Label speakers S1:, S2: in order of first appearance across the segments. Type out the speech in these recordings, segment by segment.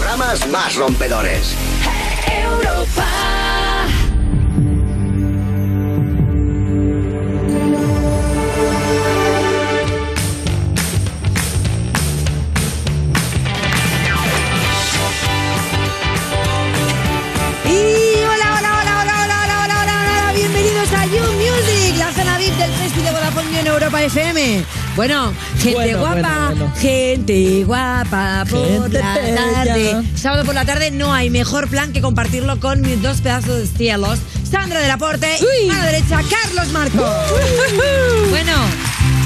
S1: temas más rompedores.
S2: Y hola, hola, hola, hola, hola, hola, hola, hola, hola, hola, bienvenidos a You Music, la zona VIP del Festival Vodafone You en Europa FM. Bueno, gente
S3: Bueno,
S2: guapa,
S3: bueno, bueno.
S2: gente guapa por
S3: Gente
S2: la
S3: bella.
S2: tarde. Sábado por la tarde no hay mejor plan que compartirlo con mis dos pedazos de cielos. Sandra del Aporte y mano derecha, Carlos Marco. Bueno,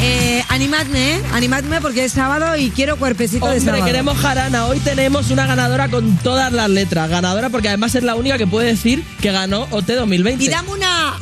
S2: eh, animadme, ¿eh? animadme porque es sábado y quiero cuerpecito de
S3: Hombre,
S2: sábado.
S3: queremos jarana. Hoy tenemos una ganadora con todas las letras. Ganadora porque además es la única que puede decir que ganó OT 2020.
S2: Y dame una,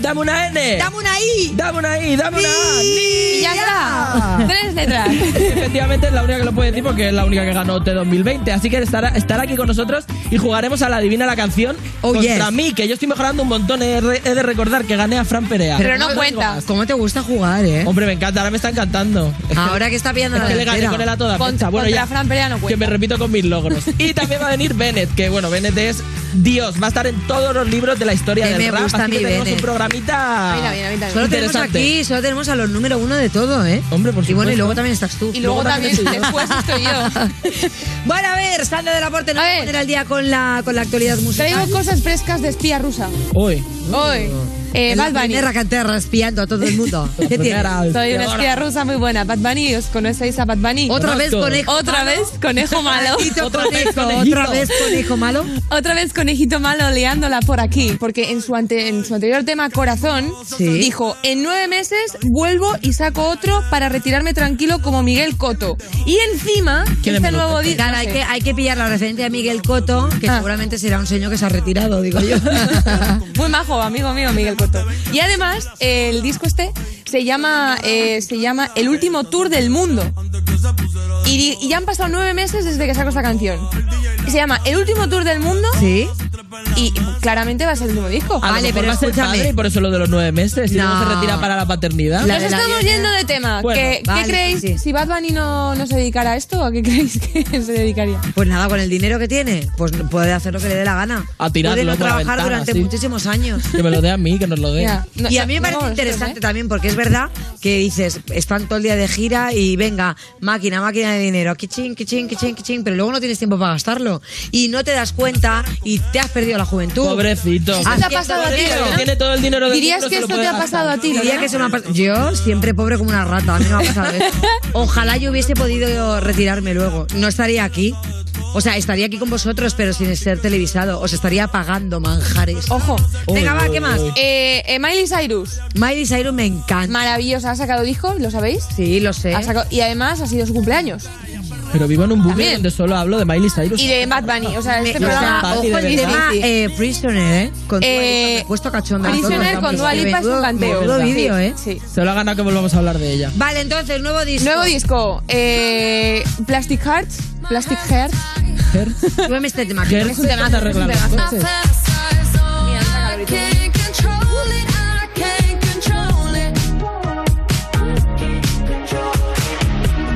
S3: Dame una N.
S2: dame una I.
S3: Dame una I, dame una A.
S2: Y ya está.
S4: Tres letras.
S3: Efectivamente es la única que lo puede decir porque es la única que ganó OT 2020. Así que estará, estará aquí con nosotros y jugaremos a la Adivina la Canción
S2: Oh,
S3: contra
S2: yes.
S3: mí, que yo estoy mejorando un montón. He, re- he de recordar que gané a Fran Perea.
S4: Pero no cuenta.
S2: ¿Cómo te gusta jugar, eh?
S3: Hombre, me encanta, ahora me está encantando. Es que-
S2: Ahora que está pillando
S3: Es
S2: la
S3: que le gané
S2: delantera.
S3: con él a toda
S4: Con-
S3: mecha. Bueno,
S4: contra
S3: ya,
S4: Fran Perea no cuenta.
S3: Que me repito con mis logros. Y también va a venir Bennett, que bueno, Bennett es Dios. Va a estar en todos los libros de la historia
S2: Que
S3: del
S2: me
S3: rap.
S2: gusta a
S3: así que
S2: mí
S3: tenemos
S2: Bennett.
S3: un programita...
S4: Mira, mira, mira.
S2: Solo tenemos
S3: Interesante.
S2: aquí, solo tenemos a los número uno de todo, ¿eh?
S3: Hombre, por
S2: Y bueno, y
S3: supuesto.
S2: luego también estás tú.
S4: Y luego, también
S3: soy yo.
S4: después estoy yo.
S2: Bueno, a ver, Sandra del Aporte, nos
S4: A
S2: va a
S4: ver.
S2: poner al día con la, con la actualidad musical.
S4: Traigo cosas frescas de espía rusa.
S3: Hoy.
S4: Hoy. Eh,
S2: Es la
S4: Bad Bunny.
S2: primera que te raspiando a todo el mundo. ¿Qué tienes?
S3: Primera
S4: Soy una
S3: espiadora.
S4: espía rusa muy buena. Bad Bunny, ¿os conocéis a Bad Bunny?
S2: Otra vez
S3: Conozco.
S2: conejo
S4: Otra
S2: malo.
S4: vez, conejo malo.
S2: Maldito
S3: Otra vez
S2: conejo,
S3: conejito.
S2: otra vez conejo malo.
S4: Otra vez conejito malo liándola por aquí, porque en su, ante- en su anterior tema Corazón
S2: Sí.
S4: dijo, en nueve meses vuelvo y saco otro para retirarme tranquilo como Miguel Coto. Y encima,
S3: ¿Quién es
S4: este
S3: Miguel
S4: nuevo
S3: Cotto?
S4: disco...
S2: Claro, hay que, hay que pillar la referencia de Miguel Coto, que
S4: Ah.
S2: seguramente será un señor que se ha retirado, digo yo.
S4: Muy majo, amigo mío, Miguel Coto. Y además, el disco este se llama, eh, se llama El último tour del mundo. Y, di- y ya han pasado nueve meses desde que saco esta canción. Y se llama El último tour del mundo
S2: ¿Sí?
S4: y claramente va a ser el último disco.
S3: A lo
S2: Vale,
S3: mejor
S2: pero
S3: va a ser
S2: escúchame.
S3: padre y por eso lo de los nueve meses. Y
S2: No.
S3: luego se retira para la paternidad.
S2: La-
S4: Nos
S2: de
S4: estamos
S2: dieta.
S4: yendo de tema.
S3: Bueno,
S4: ¿Qué,
S2: vale,
S4: qué creéis?
S2: sí, sí.
S4: Si Bad Bunny no, no se dedicara a esto, ¿a qué creéis que se dedicaría?
S2: Pues nada, con el dinero que tiene, pues puede hacer lo que le dé la gana.
S3: A tirarlo
S2: Puede no
S3: por la
S2: trabajar
S3: ventana,
S2: durante
S3: sí.
S2: muchísimos años.
S3: Que me lo dé a mí, que nos lo dé.
S4: Ya. No,
S2: y
S4: no,
S2: a mí me
S4: no,
S2: parece
S4: vosotros,
S2: interesante
S4: ¿eh?
S2: también, porque es verdad que dices, están todo el día de gira y venga, máquina, máquina de dinero, kichín, kichín, kichín, kichín, pero luego no tienes tiempo para gastarlo. Y no te das cuenta y te has perdido la juventud.
S3: Pobrecito.
S2: Haciendo
S4: te ha pasado a ti, Ah,
S2: dinero.
S4: ¿no?
S3: Que tiene todo el dinero del
S4: ¿Dirías
S3: mundo,
S4: que
S3: se lo
S4: esto
S3: puede
S4: te ha
S3: gastar.
S4: pasado a ti?
S2: Diría
S4: Lola?
S2: que es una parte- Yo siempre pobre como una rata, a mí me ha pasado eso. Ojalá yo hubiese podido retirarme luego. No estaría aquí. O sea, estaría aquí con vosotros, pero sin ser televisado. Os estaría pagando manjares.
S4: Ojo.
S2: Venga,
S3: Uy,
S2: va,
S3: uy,
S2: ¿qué más?
S3: uy.
S4: Eh, eh, Miley Cyrus,
S2: Miley Cyrus me encanta.
S4: maravillosa, ha sacado disco, ¿lo sabéis?
S2: Sí, lo sé.
S4: Ha sacado- y además ha sido su cumpleaños.
S3: Pero vivo en un boom
S4: También.
S3: donde solo hablo de Miley Cyrus.
S4: Y de Bad Bunny. O sea,
S2: Pues Me-
S4: este
S2: o sea,
S4: programa.
S3: Bad
S2: ojo
S3: Bunny,
S2: el
S3: de verdad.
S2: tema
S4: Sí, sí.
S2: eh, Prisoner, ¿eh? Con
S4: Eh,
S2: Dua Lipa, me he puesto cachonda.
S4: Prisoner
S2: todo,
S4: con
S2: vamos,
S4: Dua Lipa es
S2: menudo-
S4: un canteo.
S2: menudo
S4: Sí,
S2: vídeo, ¿eh?
S4: Sí.
S3: Se lo ha ganado que volvamos a hablar de ella.
S2: Vale, entonces, nuevo disco.
S4: Nuevo disco, eh, Plastic Hearts, Plastic Heart.
S3: Ger,
S2: Súbeme este tema. que
S3: Ger,
S2: es-
S3: ¿te vas a arreglar los coches?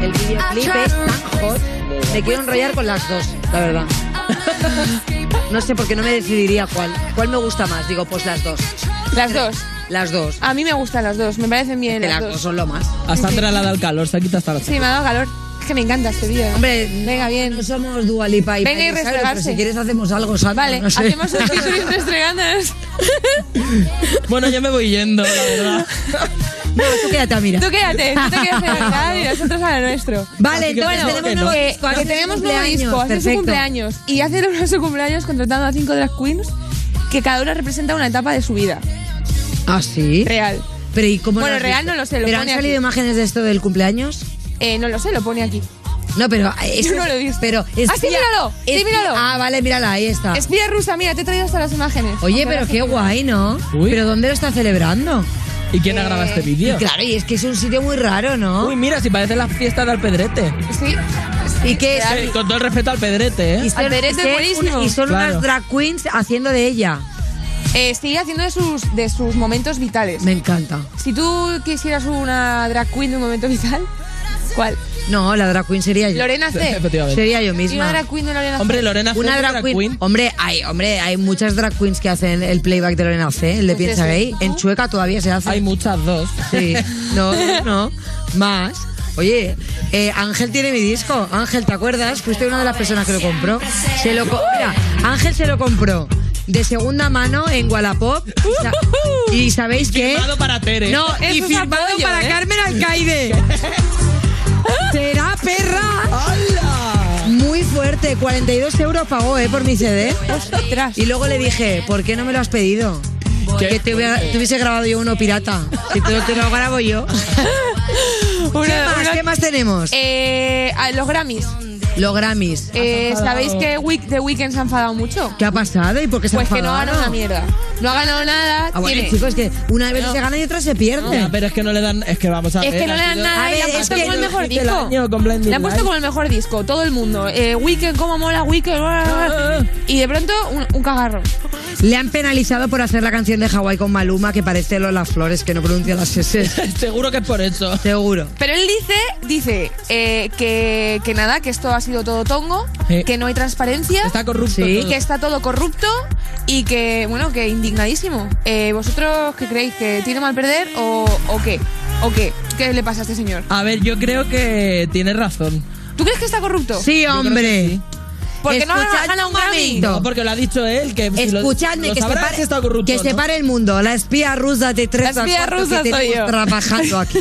S2: El videoclip es tan hot. Me quiero enrollar con las dos, la verdad. No sé por qué no me decidiría cuál. ¿Cuál me gusta más? Digo, pues las dos.
S4: Las dos.
S2: Las dos.
S4: A mí me gustan las dos, me parecen bien
S2: Que
S4: las
S2: las dos
S4: dos.
S2: son lo más.
S3: A Sandra le ha dado el calor, se ha quitado hasta la
S4: Sí, me ha dado calor. Es que me encanta este vídeo. ¿eh?
S2: Hombre,
S4: venga, bien.
S2: No somos Dua Lipa y
S4: Venga y
S2: Miley Cyrus, pero
S4: restregarse.
S2: Si quieres hacemos algo, Sandra,
S4: Vale,
S2: no sé.
S4: hacemos un featuring restregándonos.
S3: Bueno, yo me voy yendo, la verdad.
S2: No, tú quédate a mirar.
S4: Tú quédate, tú te quedas en la verdad y nosotros a lo nuestro.
S2: Vale,
S3: Así que
S2: entonces
S3: bueno,
S2: tenemos
S3: que
S2: nuevo
S4: Que,
S2: disco.
S4: que
S2: hace su
S4: tenemos nuevo
S2: cumpleaños,
S4: disco, hace su
S2: perfecto.
S4: cumpleaños. Y hace su cumpleaños contratando a cinco drag queens que cada una representa una etapa de su vida.
S2: Ah, sí.
S4: Real.
S2: Pero ¿y cómo
S4: Bueno,
S2: lo has
S4: real
S2: visto?
S4: no lo sé, lo
S2: ¿Pero han
S4: pone
S2: salido
S4: aquí.
S2: imágenes de esto del cumpleaños?
S4: Eh, no lo sé, lo pone aquí.
S2: No, pero... Eso,
S4: no lo he visto.
S2: Pero
S4: Ah, sí, míralo, sí,
S2: espía-
S4: míralo.
S2: Ah, vale, mírala, ahí está.
S4: Espía rusa, mira, te he traído hasta las imágenes.
S2: Oye, pero qué guay, ¿no?
S3: Uy.
S2: ¿Pero dónde lo está celebrando?
S3: ¿Y quién ha grabado este vídeo?
S2: Claro, y es que es un sitio muy raro, Eh, ¿no?
S3: Uy, mira, si parece la fiesta de Alpedrete.
S4: Sí.
S2: ¿Y qué es?
S3: Sí, con todo el respeto al Pedrete, ¿eh?
S2: Y
S4: Alderete
S2: es que
S4: buenísimo.
S2: una- y son
S3: Claro.
S2: unas drag queens haciendo de ella.
S4: Eh, sigue haciendo de sus, de sus momentos vitales.
S2: Me encanta.
S4: Si tú quisieras una drag queen de un momento vital, ¿cuál?
S2: No, la drag queen sería yo.
S4: Lorena C.
S3: Efectivamente.
S2: Sería yo misma.
S4: Una drag queen de Lorena C.
S3: Hombre, Lorena
S2: Una
S3: Cero,
S2: drag queen. Hombre, hay, hombre, hay muchas drag queens que hacen el playback de Lorena C, el de
S4: Pues
S2: Piensa
S4: eso.
S2: Gay. En Chueca todavía se hace.
S3: Hay muchas dos.
S2: Sí. No, no. Más. Oye, eh, Ángel tiene mi disco. Ángel, ¿te acuerdas? Fuiste una de las personas que lo compró. Se lo co- Mira, Ángel se lo compró de segunda mano en Wallapop. Y sa- Y sabéis qué?
S3: Firmado ¿eh? para Tere.
S2: No,
S4: Eso
S2: y
S4: es
S2: firmado
S4: apoyo,
S2: para
S4: ¿eh?
S2: Carmen Alcaide. Será perra.
S3: ¡Hala!
S2: Muy fuerte. 42 euros pagó, ¿eh? Por mi CD.
S4: Ostras.
S2: Y luego le dije, ¿por qué no me lo has pedido?
S3: Qué
S2: Que te, hubiera- te hubiese grabado yo uno pirata. Si te, te lo grabo yo.
S4: Una-
S2: ¿Qué más,
S4: una-
S2: ¿Qué más tenemos?
S4: Eh, a los Grammys.
S2: Los Grammys.
S4: Eh, ¿Sabéis que Week- The Weeknd se ha enfadado mucho?
S2: ¿Qué ha pasado y por qué se
S4: Pues
S2: ha
S4: que no gana
S2: enfadado?
S4: una mierda. No ha ganado nada.
S2: Ah, bueno,
S4: tiene-
S2: chicos, que una vez se gana y otra se pierde.
S3: Ya, pero es que no le dan. Es que vamos a
S4: Es
S3: ver.
S4: que no le
S3: ha
S4: dan
S3: sido-
S4: nada
S2: A
S4: y le
S2: ver,
S4: han
S2: es
S4: puesto
S2: que
S4: como el
S2: lo
S4: mejor
S3: hit del año con
S4: disco.
S3: Blinding
S4: Le han puesto
S3: Lights.
S4: como el mejor disco, todo el mundo. Eh, Weekend, cómo mola, Weekend. bla, bla, bla.
S3: Ah.
S4: Y de pronto, un, un cagarro.
S2: Le han penalizado por hacer la canción de Hawái con Maluma, que parece Lola Flores, que no pronuncia las S.
S3: Seguro que es por eso.
S2: Seguro.
S4: Pero él dice, dice eh, que, que nada, que esto ha sido todo tongo,
S3: Sí.
S4: que no hay transparencia.
S3: Está corrupto.
S2: Sí,
S3: todo.
S4: que está todo corrupto y que, bueno, que indignadísimo. Eh, ¿Vosotros qué creéis? ¿Que tiene mal perder o, o qué? ¿O qué? ¿Qué le pasa a este señor?
S3: A ver, yo creo que tiene razón.
S4: ¿Tú crees que está corrupto?
S2: Sí, hombre.
S4: Porque no
S2: Escuchad
S4: ha ganado un
S2: un
S4: Grammy.
S2: momento. No.
S3: No, porque lo ha dicho él. Que si lo-
S2: Escuchadme,
S3: lo
S2: que, se
S3: sabrá
S2: pare,
S3: si está corrupto,
S2: que se
S3: ¿no?
S2: pare el mundo. La espía rusa de tres
S4: La
S2: a
S4: espía
S2: cuatro
S4: rusa
S2: que
S4: soy
S2: tenemos
S4: yo.
S2: trabajando aquí.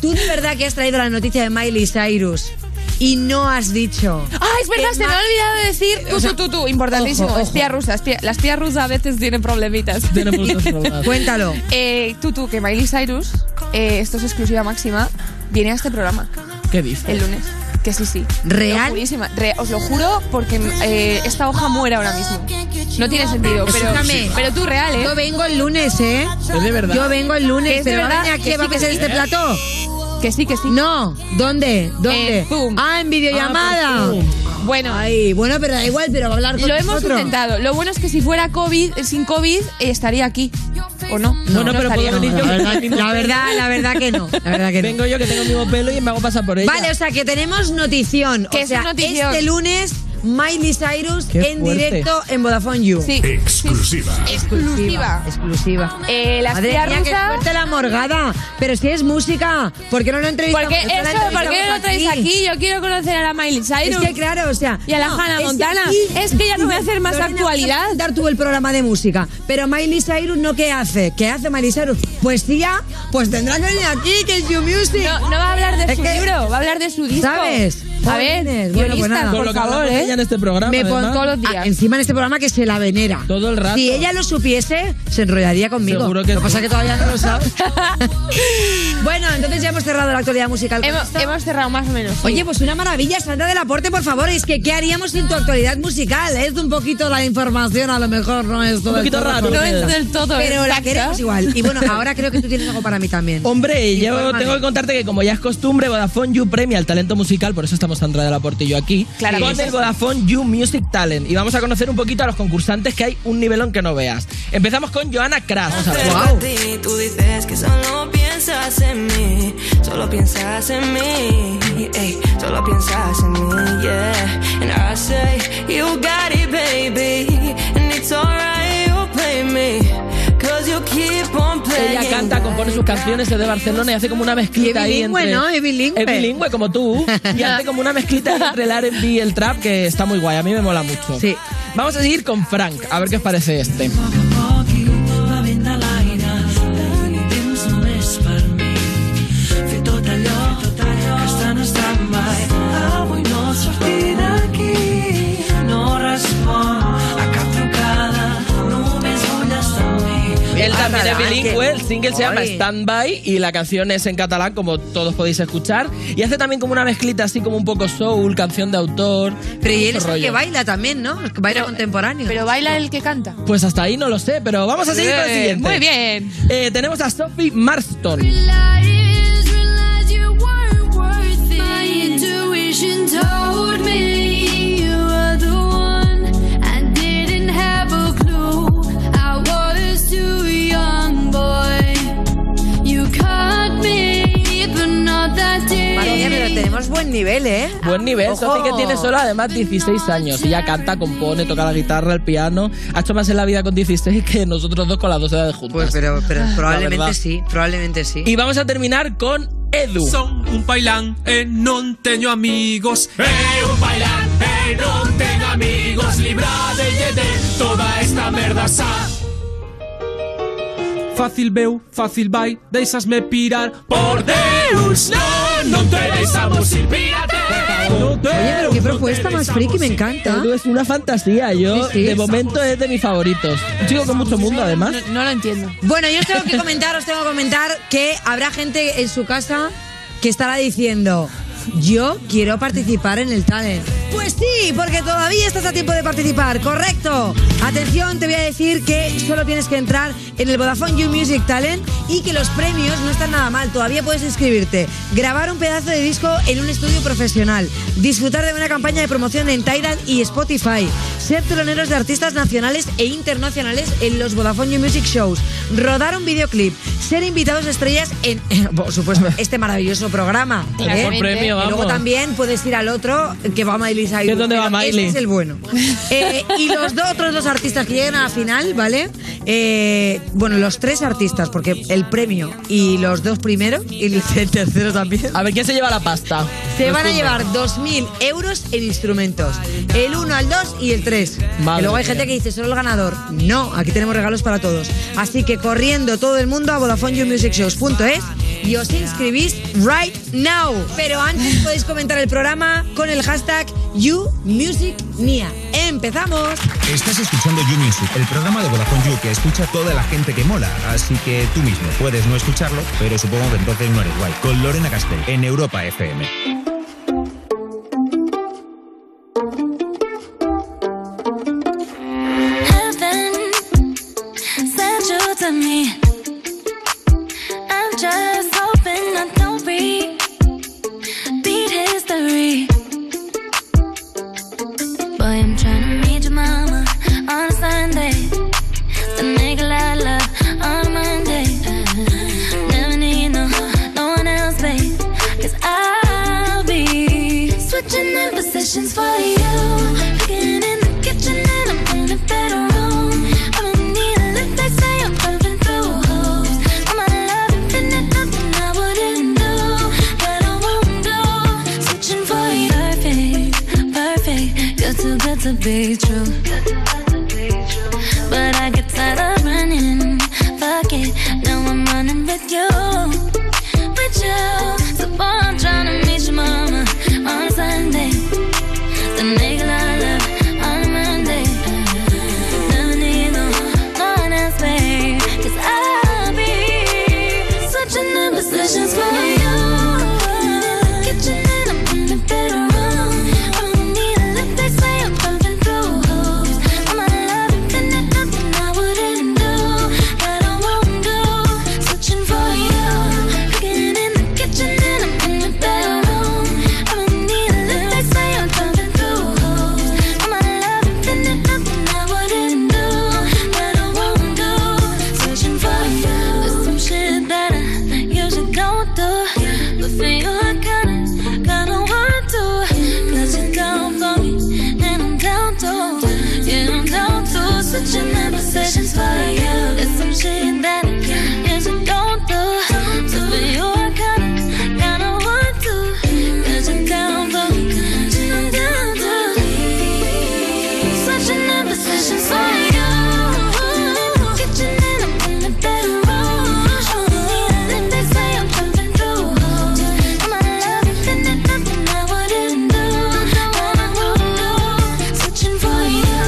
S2: Tú de verdad que has traído la noticia de Miley Cyrus y no has dicho.
S4: Ah, es verdad,
S2: Que
S4: se me
S2: ma-
S4: ha olvidado de decir tú, tú, tú, tú, importantísimo,
S2: ojo, ojo.
S4: espía rusa, espía- la espía rusa a veces tiene problemitas.
S3: Tiene muchos problemas.
S2: Cuéntalo.
S4: Eh, tú, tú, que Miley Cyrus, eh, esto es exclusiva máxima, viene a este programa
S3: ¿Qué dice?
S4: el lunes. Que sí, sí.
S2: ¿Real?
S4: Lo jurísima. Re- os lo juro porque eh, esta hoja muere ahora mismo. No tiene sentido, pero,
S2: Ah, Escúchame.
S4: pero tú real, ¿eh?
S2: Yo vengo el lunes, ¿eh?
S3: Es Pues de verdad.
S2: Yo vengo el
S4: Que
S2: lunes,
S4: es de
S2: pero va a
S4: verdad
S2: venir aquí,
S4: que
S2: va a
S4: sí, que
S2: ser
S4: sí.
S2: este plató.
S4: Que sí, que sí.
S2: No, ¿dónde? ¿Dónde?
S4: En Zoom.
S2: Ah, en videollamada.
S3: Ah, por Zoom.
S4: Bueno,
S2: Ay, bueno, pero da igual, pero va a hablar con
S4: pues, lo hemos
S2: nosotros.
S4: intentado. Lo bueno es que si fuera COVID, eh, sin COVID, eh, estaría aquí. ¿O no?
S3: Bueno, pero
S4: estaría.
S3: puedo venir
S2: No,
S3: yo.
S2: la, verdad, la verdad, la verdad que no. La verdad que no.
S3: Vengo yo que tengo el mismo pelo y me hago pasar por ella.
S2: Vale, o sea que tenemos notición.
S4: Que
S2: o
S4: es
S2: sea,
S4: una notición.
S2: este lunes Miley Cyrus
S3: Qué
S2: en
S3: fuerte.
S2: directo en Vodafone You.
S4: Sí.
S1: Exclusiva.
S4: Exclusiva.
S2: Exclusiva.
S4: Eh, la
S2: Madre
S4: espía
S2: mía, qué
S4: rusa.
S2: fuerte la morgada. Pero si es música, ¿por qué no lo entrevistamos?
S4: Porque
S2: la
S4: eso, ¿por qué no
S2: entrevistamos
S4: lo traéis aquí? Yo quiero conocer a la Miley
S2: Es
S4: Cyrus.
S2: que claro, o sea...
S4: Y a la Hannah
S2: es
S4: Montana. Es que ya no voy a hacer más
S2: Lorena,
S4: actualidad.
S2: vas a Dar tú el programa de música. Pero Miley Cyrus no qué hace. ¿Qué hace Miley Cyrus? Pues tía, pues tendrá que venir aquí, que es You Music.
S4: No, no va a hablar de
S2: Es
S4: su
S2: que-
S4: libro, va a hablar de su disco.
S2: ¿Sabes?
S4: A ver,
S2: Jóvenes, bueno, pues
S4: guionistas,
S2: nada.
S3: Con
S4: por
S3: lo que hablamos
S4: favor,
S3: de ella en
S4: ¿eh?
S3: este programa.
S4: Me pon
S3: además.
S4: todos los días.
S2: Ah, encima en este programa que se la venera.
S3: Todo el rato.
S2: Si ella lo supiese, se enrollaría conmigo.
S3: Seguro que
S2: lo que
S3: sí.
S2: pasa es que todavía no lo sabe. bueno, entonces ya hemos cerrado la actualidad musical. con
S4: Hemos,
S2: esto.
S4: hemos cerrado más o menos. sí.
S2: Oye, pues una maravilla, Sandra del Aporte, por favor. Es que, ¿qué haríamos sin tu actualidad musical? Es un poquito la información, a lo mejor no es todo.
S3: Un poquito
S2: el todo
S3: raro.
S4: no
S2: correcto.
S4: es del todo
S2: Pero la
S4: exacta.
S2: queremos igual. Y bueno, ahora creo que tú tienes algo para mí también.
S3: Hombre, yo
S2: Infórmame.
S3: tengo que contarte que como ya es costumbre, Vodafone You premia el talento musical, por eso estamos Sandra de la Porte y yo aquí,
S4: Claramente.
S3: con el Vodafone You Music Talent. Y vamos a conocer un poquito a los concursantes que hay un nivelón que no veas. Empezamos con Joana Kras. Vamos a ver.
S2: Guau.
S5: ti, tú dices que solo piensas en mí, solo piensas en mí, ey, solo piensas en mí, yeah. And I say, you got it, baby, and it's alright, you play me, cause you keep on playing.
S3: Ella canta, compone sus canciones, es de Barcelona y hace como una mezclita
S2: Y es bilingüe,
S3: ahí entre...
S2: ¿no? Es bilingüe.
S3: Es bilingüe, como tú. Y hace como una mezclita entre el R&B y el trap, que está muy guay. A mí me mola mucho.
S2: Sí.
S3: Vamos a seguir con Frank, a ver qué os parece este.
S6: poqui va vent a l'aire tan i temps només per mi fer tot allò, tot allò que està no està mai avui no sortir d'aquí no respon a cap trucada només vull estar amb mi
S3: Él también es
S2: Catalán,
S3: bilingüe,
S2: que-
S3: el single se llama
S2: Oye.
S3: Stand By y la canción es en catalán, como todos podéis escuchar. Y hace también como una mezclita así como un poco soul, canción de autor.
S2: Pero y él
S3: mucho
S2: es el
S3: rollo.
S2: que baila también, ¿no? El que baila contemporáneo.
S4: Pero baila el que canta.
S3: Pues hasta ahí no lo sé, pero vamos a seguir con el
S4: Bien,
S3: siguiente.
S4: muy bien.
S3: Eh, tenemos a Sophie Marston.
S2: Madre mía, pero tenemos buen nivel, ¿eh?
S3: Buen nivel, Sofi que tiene solo además 16 años. Ella canta, compone, toca la guitarra, el piano. Ha hecho más en la vida con 16 que nosotros dos con las dos edades juntas.
S2: Pues, pero, pero
S3: verdad.
S2: probablemente sí, probablemente sí.
S3: Y vamos a terminar con Edu.
S1: Son un bailán en un teño amigos. Eh, un bailán en un teño amigos. Libra de lleter toda esta merda sa. Fácil veu, fácil vai, deixas-me pirar. Por Deus, no, no te deixamos ir, pírate.
S2: Oye, pero qué propuesta más friki, me encanta.
S3: Edu es una fantasía. Yo,
S2: Sí, sí.
S3: de momento, es de mis favoritos. Un chico con mucho mundo, además.
S4: No, no lo entiendo.
S2: Bueno, yo os tengo que comentar, os tengo que comentar que habrá gente en su casa que estará diciendo, yo quiero participar en el talent. Pues sí, porque todavía estás a tiempo de participar, correcto. Atención, te voy a decir que solo tienes que entrar en el Vodafone You Music Talent y que los premios no están nada mal, todavía puedes inscribirte. Grabar un pedazo de disco en un estudio profesional, disfrutar de una campaña de promoción en Tidal y Spotify, ser teloneros de artistas nacionales e internacionales en los Vodafone You Music Shows, rodar un videoclip, ser invitados estrellas en, por supuesto, este maravilloso programa. ¿eh?
S3: Mejor premio,
S2: Y luego
S3: vamos.
S2: también puedes ir al otro, que va Miley Cyrus.
S3: ¿De dónde va
S2: pero
S3: Miley?
S2: Este es el bueno. Eh, y los dos, otros dos artistas que lleguen a la final, ¿vale? Eh, bueno, los tres artistas, porque el premio y los dos primeros y el el tercero también.
S3: A ver, ¿quién se lleva la pasta?
S2: Se van a llevar 2.000 euros en instrumentos. El 1 al 2 y el 3.
S3: Madre
S2: Y luego hay
S3: mía.
S2: gente que dice solo el ganador. No, aquí tenemos regalos para todos. Así que corriendo todo el mundo a VodafoneYouMusicShows.es y os inscribís right now. Pero antes podéis comentar el programa con el hashtag YouMusicMia. ¡Empezamos!
S7: Estás escuchando You Music, el programa de Vodafone You que escucha toda la gente que mola. Así que tú mismo puedes no escucharlo, pero supongo que entonces no eres guay. Con Lorena Castell en Europa FM.
S8: Heaven sent you to me. I'm just hoping I don't repeat history. Boy, I'm trying to meet your mama on a Sunday. The nigga I love on a Monday. Never need no no one else, babe. Cause I'll be switching in positions for you. Cooking in the kitchen and I'm in the bedroom. I'm in need of lip, they say I'm burning through holes. All my love infinite, nothing I wouldn't do. But I won't do. Switching for you. Perfect, perfect, you're too good to be true. But I get tired of running. Fuck it, now I'm running with you. With you. So boy, I'm trying to meet your mama on a Sunday. The nigga I love on a Monday. Never need no one else, babe. Cause I'll be switching the positions for you. Kitchen and I'm in the bedroom. I'm need a lip, they say I'm pumping through holes. All my love infinite, nothing I wouldn't do. But I won't do. Switching for you. Cooking in the kitchen and I'm in the bedroom. I'm in need a lip, they say I'm pumping through holes. All my love infinite, nothing I wouldn't do. But I won't do. Searching for you. There's some shit that I usually don't do. But for you, I kinda, kinda want to. Cause you come for me, and I'm down to. Yeah, I'm down to. Switching the positions for you. There's some shit that I usually don't do. So for you, I kinda, kinda want to. Cause you come for me, and I'm down to. Switching the positions for you. Kitchen and I'm in the bedroom. Only they say I'm jumping through holes. My love infinite, nothing I wouldn't do. What I won't do. Switching for you.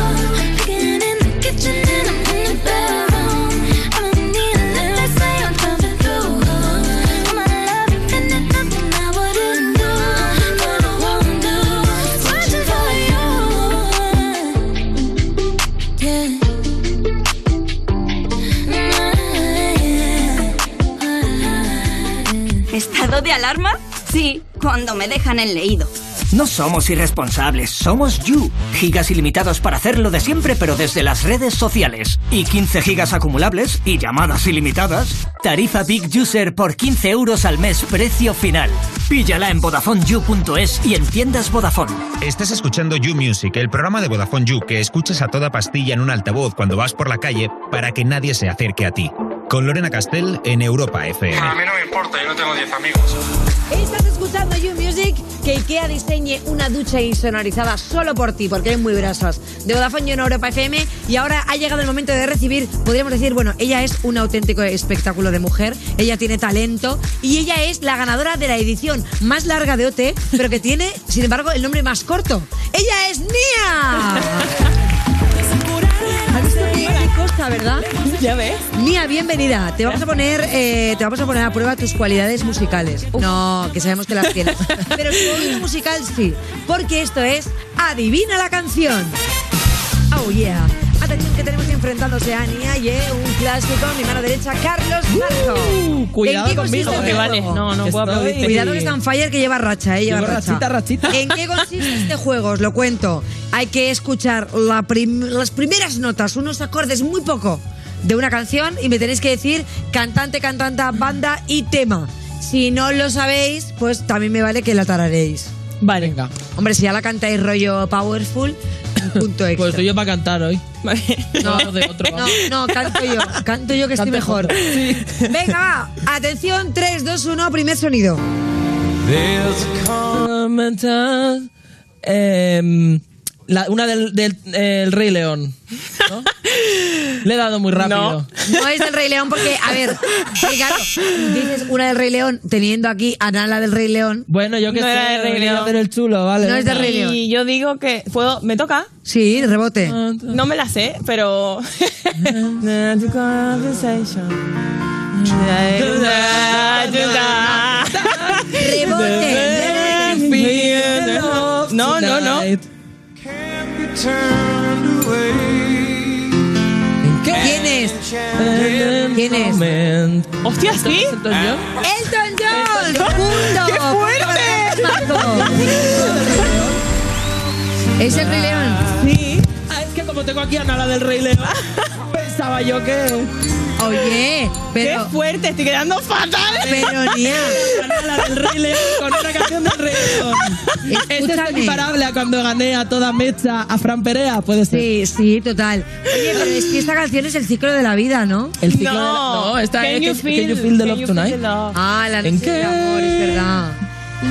S8: Cooking in the kitchen and I'm in the bedroom. I'm in need a little. They say I'm jumping through holes. My love infinite, nothing I wouldn't do. What I won't do. Switching for you. Yeah.
S9: ¿Estado de alarma? Sí, cuando me dejan el leído. No somos irresponsables, somos You. Gigas ilimitados para hacerlo de siempre, pero desde las redes sociales. Y 15 gigas acumulables y llamadas ilimitadas. Tarifa Big User por 15 euros al mes, precio final. Píllala en VodafoneYou.es y en tiendas Vodafone.
S7: Estás escuchando You Music, el programa de Vodafone You que escuchas a toda pastilla en un altavoz cuando vas por la calle para que nadie se acerque a ti. Con Lorena Castell en Europa FM.
S10: Ah.
S11: A mí no me importa, yo no tengo 10 amigos.
S2: Estás escuchando You Music, que IKEA diseñe una ducha insonorizada solo por ti, porque eres muy brasas. De Vodafone You en Europa FM, y ahora ha llegado el momento de recibir, podríamos decir, bueno, ella es un auténtico espectáculo de mujer, ella tiene talento, y ella es la ganadora de la edición más larga de OT, pero que tiene, sin embargo, el nombre más corto. ¡Ella es Nia! ¿Has visto qué, qué cosa, verdad?
S10: Ya ves.
S2: Nia, bienvenida. Te vamos a poner, eh, te vamos a poner a prueba tus cualidades musicales. No, que sabemos que las tienes. Pero tu oído musical sí, porque esto es Adivina la canción. Oh yeah. Atención que tenemos enfrentándose a Nia y eh, un clásico. Mi mano derecha, Carlos Marco.
S3: Uh, cuidado
S2: ¿En qué consiste
S3: conmigo,
S2: este
S3: eh.
S2: juego?
S3: No, no puedo Estoy- aplaudirte.
S2: Cuidado que está en fire que lleva racha, eh, lleva
S3: Llevo
S2: racha.
S3: rachita, rachita.
S2: ¿En qué consiste este juego? Os lo cuento. Hay que escuchar la prim- las primeras notas, unos acordes muy poco de una canción y me tenéis que decir cantante, cantante, banda y tema. Si no lo sabéis, pues también me vale que la tararéis.
S3: Vale. Venga.
S2: Hombre, si ya la cantáis rollo powerful, punto extra.
S3: Pues estoy yo para cantar hoy.
S2: No,
S3: Vamos de otro,
S2: no,
S3: vamos.
S2: no, canto yo, canto yo que estoy
S3: Canta
S2: mejor. Venga, va, atención, 3, 2, 1, primer sonido.
S3: Em, la- una del, del- el Rey León. ¿no? Le he dado muy rápido.
S2: No es del Rey León porque, a ver, claro, dices una del Rey León teniendo aquí a Nala del Rey León.
S3: Bueno, yo que
S10: No
S3: sé,
S10: era del Rey
S3: me voy a
S10: León.
S3: hacer el chulo, vale.
S2: No es del
S3: venga.
S2: Rey León.
S10: Y yo digo que puedo, me toca.
S2: Sí, de rebote.
S10: No me la sé, pero
S2: Rebote.
S10: No, no, no.
S2: ¿Quién es? ¿Quién es?
S3: Moment.
S10: Hostia, sí.
S3: ¿Entonces yo?
S2: Elton John. Punto.
S10: ¡Qué fuerte!
S2: Punto para Carlos Marco. Es el Rey León.
S10: Sí.
S3: Ah, es que como tengo aquí a Nala del Rey León, pensaba yo que.
S2: Oye,
S10: Qué
S2: pero,
S10: fuerte, estoy quedando fatal.
S2: pero Nia,
S3: a Nala del Rey León con una canción del Rey León. Este es
S2: escúchame.
S3: equiparable a cuando gané a toda mecha a Fran Perea, puede ser.
S2: Sí, sí, total. Oye, pero es que esta canción es el ciclo de la vida, ¿no?
S3: El ciclo de la-
S10: No,
S3: no, esta
S10: Can
S3: es
S10: you
S3: Can- Can you feel the
S10: can
S3: love
S10: you feel the
S3: tonight.
S10: love?
S2: Ah, la
S3: ¿En
S2: noche de
S3: qué?
S2: amor, es verdad.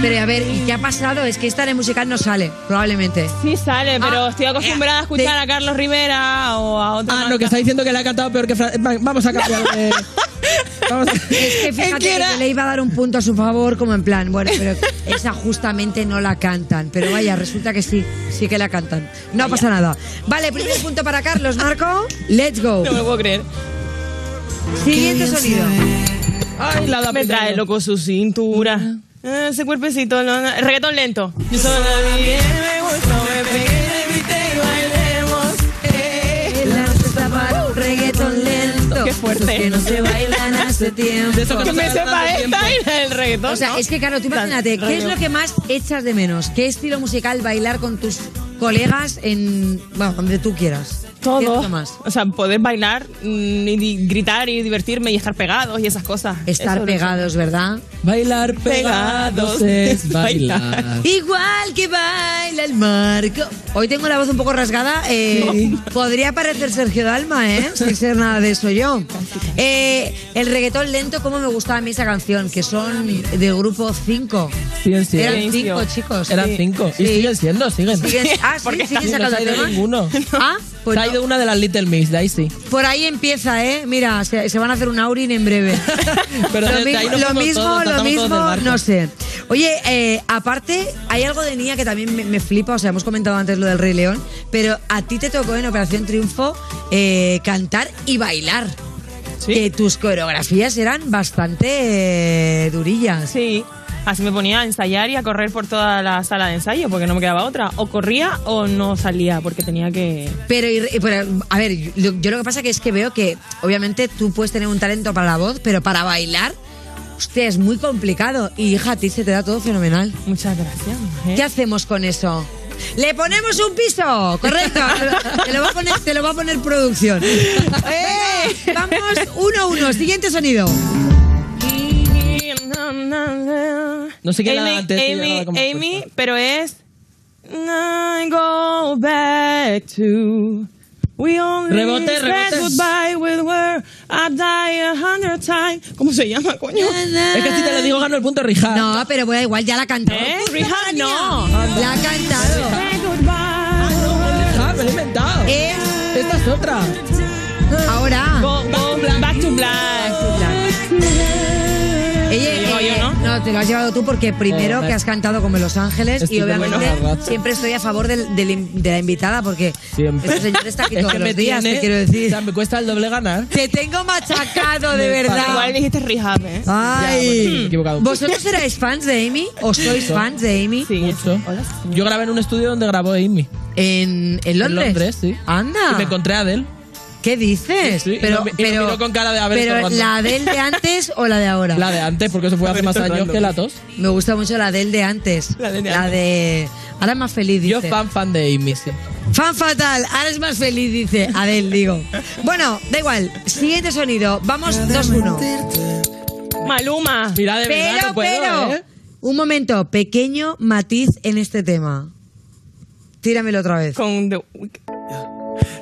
S2: Pero a ver, ¿y qué ha pasado? Es que esta en el musical no sale, probablemente.
S10: Sí sale, pero
S2: Ah,
S10: estoy acostumbrada a escuchar
S2: de-
S10: a Carlos Rivera o a otro.
S3: Ah, no, que está diciendo que la ha cantado peor que Fran. Va- Vamos a cambiar de. Vamos
S2: Es que fíjate que, yo le iba a dar un punto a su favor, como en plan, bueno, pero esa justamente no la cantan. Pero vaya, resulta que sí, sí que la cantan. No pasa nada. Vale, primer punto para Carlos, Marco. Let's go.
S10: No me lo puedo creer.
S2: Siguiente sonido.
S10: Ay, la Me trae loco su cintura. Ah, Ese cuerpecito, no, no. reggaetón lento. Yo solo la vi, me gustó, me pegué, me grité y bailemos. eh.
S2: reggaetón lento.
S10: Qué fuerte.
S2: Que no se bailan hace tiempo.
S10: Que me sepa esta y la del reggaetón.
S2: O sea,
S10: ¿no?
S2: es que claro, tú imagínate, ¿qué es lo que más echas de menos? ¿Qué estilo musical bailar con tus colegas en. Bueno, donde tú quieras? ¿Qué es
S10: todo.
S2: lo más?
S10: O sea, poder bailar, mm, y di- gritar y divertirme y estar pegados y esas cosas.
S2: Estar
S10: Eso lo-
S2: pegados, ¿verdad?
S3: Bailar pegados es bailar.
S2: Igual que baila el marco. Hoy tengo la voz un poco rasgada. eh, Podría parecer Sergio Dalma, ¿eh? Sin ser nada de eso yo. Eh, el reggaetón lento, ¿cómo me gustaba a mí esa canción? Que son del grupo 5.
S3: Siguen siendo.
S2: Eran cinco, chicos.
S3: Eran cinco. Y siguen siendo, siguen.
S2: Siguen- ah, sí, siguen
S3: no
S2: sacando
S3: se ha ido
S2: temas.
S3: ninguno.
S2: Ah, pues
S3: se ha
S2: no.
S3: ido una de las Little Mix, de ahí sí.
S2: Por ahí empieza, ¿eh? Mira, se, se van a hacer un Aurin en breve.
S3: Pero
S2: lo,
S3: de- de ahí nos
S2: lo
S3: fuimos
S2: mismo,
S3: todos,
S2: lo
S3: saltamos todos del
S2: mismo,
S3: barco.
S2: no sé. Oye, eh, aparte, hay algo de Nia que también me, me flipa, o sea, hemos comentado antes lo del Rey León, pero a ti te tocó en Operación Triunfo eh, cantar y bailar.
S10: Sí.
S2: Que tus coreografías eran bastante eh, durillas.
S10: Sí. Así me ponía a ensayar y a correr por toda la sala de ensayo porque no me quedaba otra. O corría o no salía porque tenía que.
S2: Pero, y- y- pero, a ver, yo, yo lo que pasa que es que veo que, obviamente, tú puedes tener un talento para la voz, pero para bailar, o Hostia, es muy complicado. Y hija, a ti se te da todo fenomenal.
S10: Muchas gracias.
S2: ¿Qué hacemos con eso? Le ponemos un piso, correcto. Te lo va a poner, te lo va a poner producción. Venga, vamos uno a uno. Siguiente sonido.
S3: No sé qué era
S10: Amy,
S3: antes, que yo
S10: Amy,
S3: no la
S10: Amy, pero es. I go back to. We only
S3: Rebote,
S10: said
S3: rebote.
S10: goodbye with word. I die a hundred times. ¿Cómo se llama, coño?
S3: Es que si te lo digo gano el punto Rijal.
S2: No, pero bueno, igual ya la cantó.
S10: ¿Eh? Rihanna, no.
S2: La ha cantado.
S3: Ah, me lo he inventado.
S10: Eh.
S2: Es
S3: Esta es otra.
S2: Eh, ahora.
S10: Go, go, back to black.
S2: Ella-
S10: llevo
S2: ella-
S10: yo,
S2: ¿no? te lo has llevado tú porque primero
S3: Joder.
S2: que has cantado como en Los Ángeles
S3: Estoy
S2: y
S3: de buena
S2: obviamente
S3: racha.
S2: siempre estoy a favor del- del in- de la invitada porque
S3: Siempre.
S2: este señor está aquí todos los días,
S3: tiene-
S2: te quiero
S3: O
S2: decir.
S3: sea, me cuesta el doble ganar.
S2: Te tengo machacado, de
S10: Igual
S2: verdad.
S10: dijiste rehab, ¿eh?
S3: Ya, bueno, me he
S2: Ay.
S3: equivocado.
S2: ¿Vosotros erais fans de Amy o sois fans de Amy?
S10: Sí.
S3: Mucho. Yo grabé en un estudio donde grabó Amy.
S2: ¿En, en Londres?
S3: Londres, sí. Y
S2: Anda.
S3: me encontré a Adele.
S2: ¿Qué dices?
S3: Sí, sí, y lo mi- y lo miró con cara de, a ver,
S2: pero
S3: esto es
S2: la
S3: random.
S2: Adele de antes o la de ahora?
S3: La de antes, porque eso fue hace más años que la tos.
S2: Me gusta mucho la Adele de antes. La
S10: La
S2: de,
S10: de
S2: ahora es más feliz dice.
S3: Yo fan fan de Amy, sí.
S2: Fan fatal, ahora es más feliz, dice Adel, digo. Bueno, da igual. Siguiente sonido. Vamos 2-1.
S10: Maluma.
S3: Mira, de verdad,
S2: Pero,
S3: no puedo,
S2: pero.
S3: ¿eh?
S2: Un momento, pequeño matiz en este tema. Tíramelo otra vez.
S10: Con The Weeknd.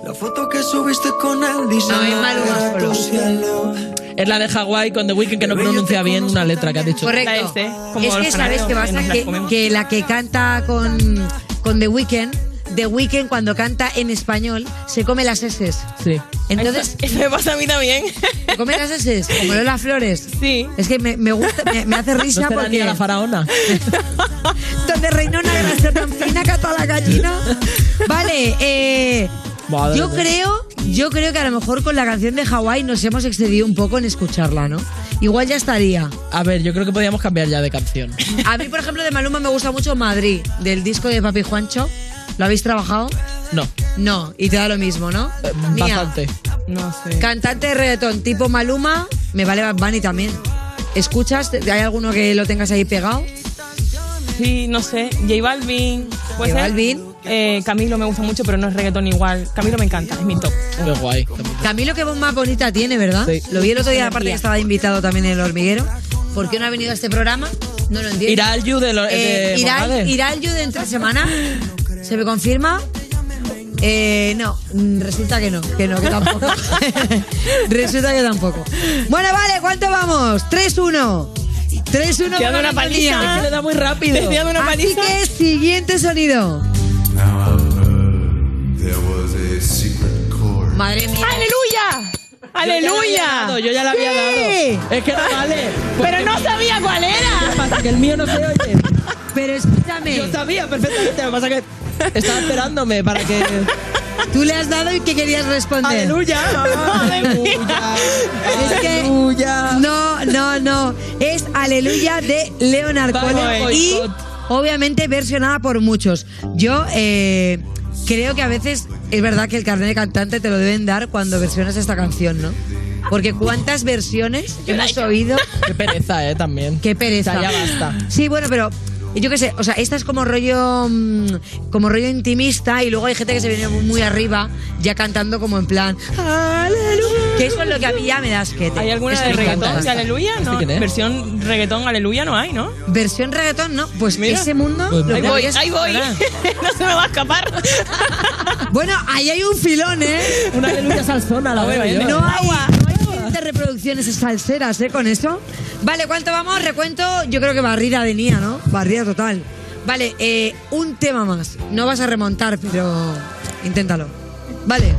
S12: La foto que subiste con él dice
S2: No, es Maluma solo.
S12: cielo.
S3: Es la de Hawái con The Weeknd que no pronuncia bien una letra que ha dicho.
S10: La
S2: Correcto.
S10: S, como
S2: Es
S10: el
S2: que sabes
S10: panadero,
S2: que pasa
S10: que nos la
S2: que,
S10: comemos.
S2: que la que canta con, con The Weeknd, The Weeknd cuando canta en español se come las S.
S3: Sí.
S2: Entonces,
S10: Eso me pasa a mí también.
S2: ¿se come las S? Como Lola Flores.
S10: Sí.
S2: Es que me, me gusta, me, me hace
S3: No
S2: risa
S3: será ni
S2: porque...
S3: a la faraona.
S2: Donde reinó una grasa tan fina que hasta la gallina. Vale, eh,
S3: Madre
S2: yo
S3: mía.
S2: creo, yo creo que a lo mejor con la canción de Hawái nos hemos excedido un poco en escucharla, ¿no? Igual ya estaría.
S3: A ver, yo creo que podíamos cambiar ya de canción.
S2: A mí, por ejemplo, de Maluma me gusta mucho Madrid, del disco de Papi Juancho. ¿Lo habéis trabajado?
S3: No.
S2: No, y te da lo mismo, ¿no?
S3: eh,
S2: Mía,
S3: Bastante.
S10: No sé.
S2: Cantante de reggaetón tipo Maluma, me vale Bad Bunny también. ¿Escuchas? ¿Hay alguno que lo tengas ahí pegado?
S10: Sí, no sé. J Balvin. ¿Puede
S2: J
S10: ser?
S2: Balvin.
S10: Eh, Camilo me gusta mucho, pero no es reggaetón igual. Camilo me encanta, es mi top.
S3: Qué guay. también.
S2: Camilo, qué voz más bonita tiene, ¿verdad?
S3: Sí.
S2: Lo vi el otro día, aparte que estaba invitado también en el hormiguero. ¿Por qué no ha venido a este programa? No lo entiendo.
S3: Irá al You de, lo-
S2: Eh,
S3: de
S2: irá,
S3: Mogadés.
S2: irá al Yu de entre semana. ¿Se me confirma? Eh, no, mm, resulta que no, que no, que tampoco. resulta que tampoco. Bueno, vale, ¿cuánto vamos? 3-1. 3-1
S10: Te
S2: para
S10: dando una
S2: Manolita.
S10: paliza.
S3: Se le da muy rápido.
S10: Te estoy dando una
S2: Así
S10: paliza.
S2: que siguiente sonido. Madre mía.
S10: ¡Aleluya!
S3: Yo ya la había dado,
S10: ¡Aleluya!
S3: Yo ya la había
S2: Sí.
S3: dado. Es que no vale.
S10: Pero no sabía cuál
S3: ¿Qué
S10: era.
S3: pasa? Que el mío no se oye.
S2: Pero escúchame.
S3: Yo sabía perfectamente. Lo que pasa es que estaba esperándome para que.
S2: Tú le has dado y que querías responder.
S3: ¡Aleluya! ¡Aleluya!
S2: Es que-
S3: ¡Aleluya!
S2: No, no, no. Es Aleluya de Leonard
S3: Vamos,
S2: Cohen.
S3: boicot.
S2: Y obviamente versionada por muchos. Yo eh, creo que a veces es verdad que el carnet de cantante te lo deben dar cuando versionas esta canción, ¿no? Porque cuántas versiones hemos oído.
S3: Qué pereza, eh, también.
S2: Qué pereza.
S3: O sea, ya basta.
S2: Sí, bueno, pero yo qué sé, o sea, esta es como rollo mm, como rollo intimista y luego hay gente que se viene muy arriba ya cantando como en plan "Aleluya", que eso es lo que a mí ya me das que
S10: ¿Hay alguna de reggaetón? ¿De aleluya?
S3: ¿Este
S10: No.
S3: quién es?
S10: Versión reggaetón aleluya no hay, ¿no?
S2: Versión reggaetón, no. Pues
S10: Mira.
S2: ese mundo.
S3: Pues
S2: lo
S3: mira.
S10: Ahí
S2: que
S10: voy,
S2: habías-
S10: ahí voy. no se me va a escapar.
S2: Bueno, ahí hay un filón, ¿eh?
S3: Una aleluya salsona la veo ¿eh? yo.
S2: No hay, no hay 20 reproducciones salseras, ¿eh? Con eso. Vale, ¿cuánto vamos? Recuento. Yo creo que barrida de Nia, ¿no? Barrida total. Vale, eh, un tema más. No vas a remontar, pero inténtalo. Vale.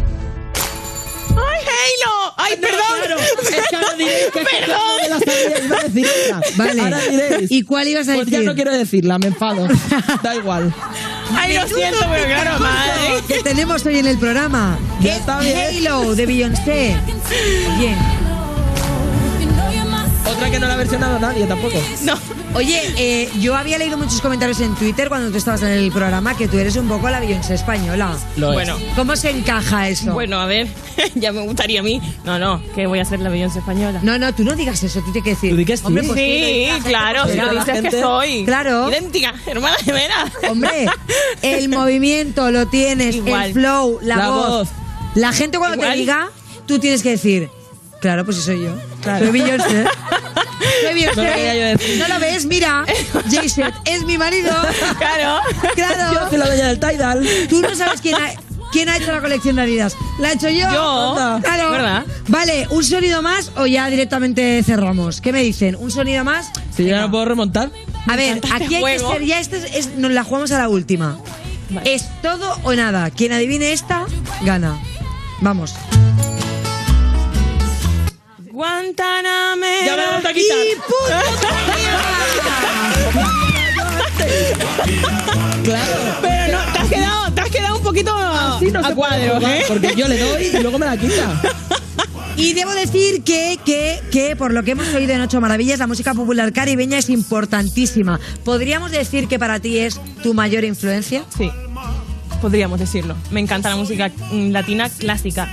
S10: ¡Ay, Halo! ¡Ay,
S3: Claro,
S10: perdón!
S3: es que ahora diréis que es que
S10: Perdón.
S3: no me la sabía, iba a decir otra. Ahora
S2: Vale.
S3: diréis.
S2: ¿Y cuál ibas a
S3: Pues ya
S2: decir?
S3: no quiero decirla, me enfado. Da igual.
S10: ¡Ay, lo siento, pero claro, madre!
S2: que tenemos hoy en el programa.
S3: Ya está bien.
S2: Halo de Beyoncé. Bien.
S3: Otra que no la ha versionado nadie tampoco.
S10: No.
S2: Oye, eh, yo había leído muchos comentarios en Twitter cuando tú estabas en el programa que tú eres un poco la Beyoncé española.
S10: Lo es. Bueno.
S2: ¿Cómo se encaja eso?
S10: Bueno, a ver, ya me gustaría a mí. No, no, que voy a ser la Beyoncé española.
S2: No, no, tú no digas eso, tú tienes que decir. Tú
S3: dices
S2: Hombre, pues
S10: sí,
S2: tú lo digas,
S10: claro,
S2: pues
S10: si lo
S2: nada.
S10: dices que soy.
S2: Claro.
S10: Idéntica, hermana gemela.
S2: Hombre, el movimiento lo tienes,
S10: Igual.
S2: el flow, la,
S10: La
S2: voz.
S10: voz.
S2: La gente cuando te
S10: Igual.
S2: diga, tú tienes que decir, claro, pues sí soy yo. este.
S3: Claro.
S2: Soy Beyoncé. Soy Beyoncé.
S3: No lo quería yo decir.
S2: este. No lo ves, mira. Jason es mi marido.
S10: Claro.
S2: Claro.
S3: Yo soy la dueña del Tidal.
S2: Tú no sabes quién ha, quién ha hecho la colección de Adidas. ¿La he hecho yo?
S10: Yo.
S2: Anda. Claro.
S10: ¿Verdad?
S2: Vale, ¿un sonido más o ya directamente cerramos? ¿Qué me dicen? ¿Un sonido más?
S3: Si ya no puedo remontar.
S2: A ver,
S10: encanta este
S2: aquí hay que
S10: juego.
S2: ser, ya esta es, es- nos la jugamos a la última.
S10: Vale.
S2: Es todo o nada. Quien adivine esta, gana. Vamos.
S10: Guantanamera.
S3: Ya me la he vuelto a quitar.
S2: ¡Y punto!
S3: Claro.
S10: Ah, Pero no, te has quedado, te has quedado un poquito
S3: Sí, no
S10: a
S3: se puede
S10: cuadro,
S3: jugar,
S10: ¿eh?
S3: Porque yo le doy y luego me la quita.
S2: Y debo decir que, que, que, por lo que hemos oído en Ocho Maravillas, la música popular caribeña es importantísima. ¿Podríamos decir que para ti es tu mayor influencia?
S10: Sí, podríamos decirlo. Me encanta la música mm, latina clásica.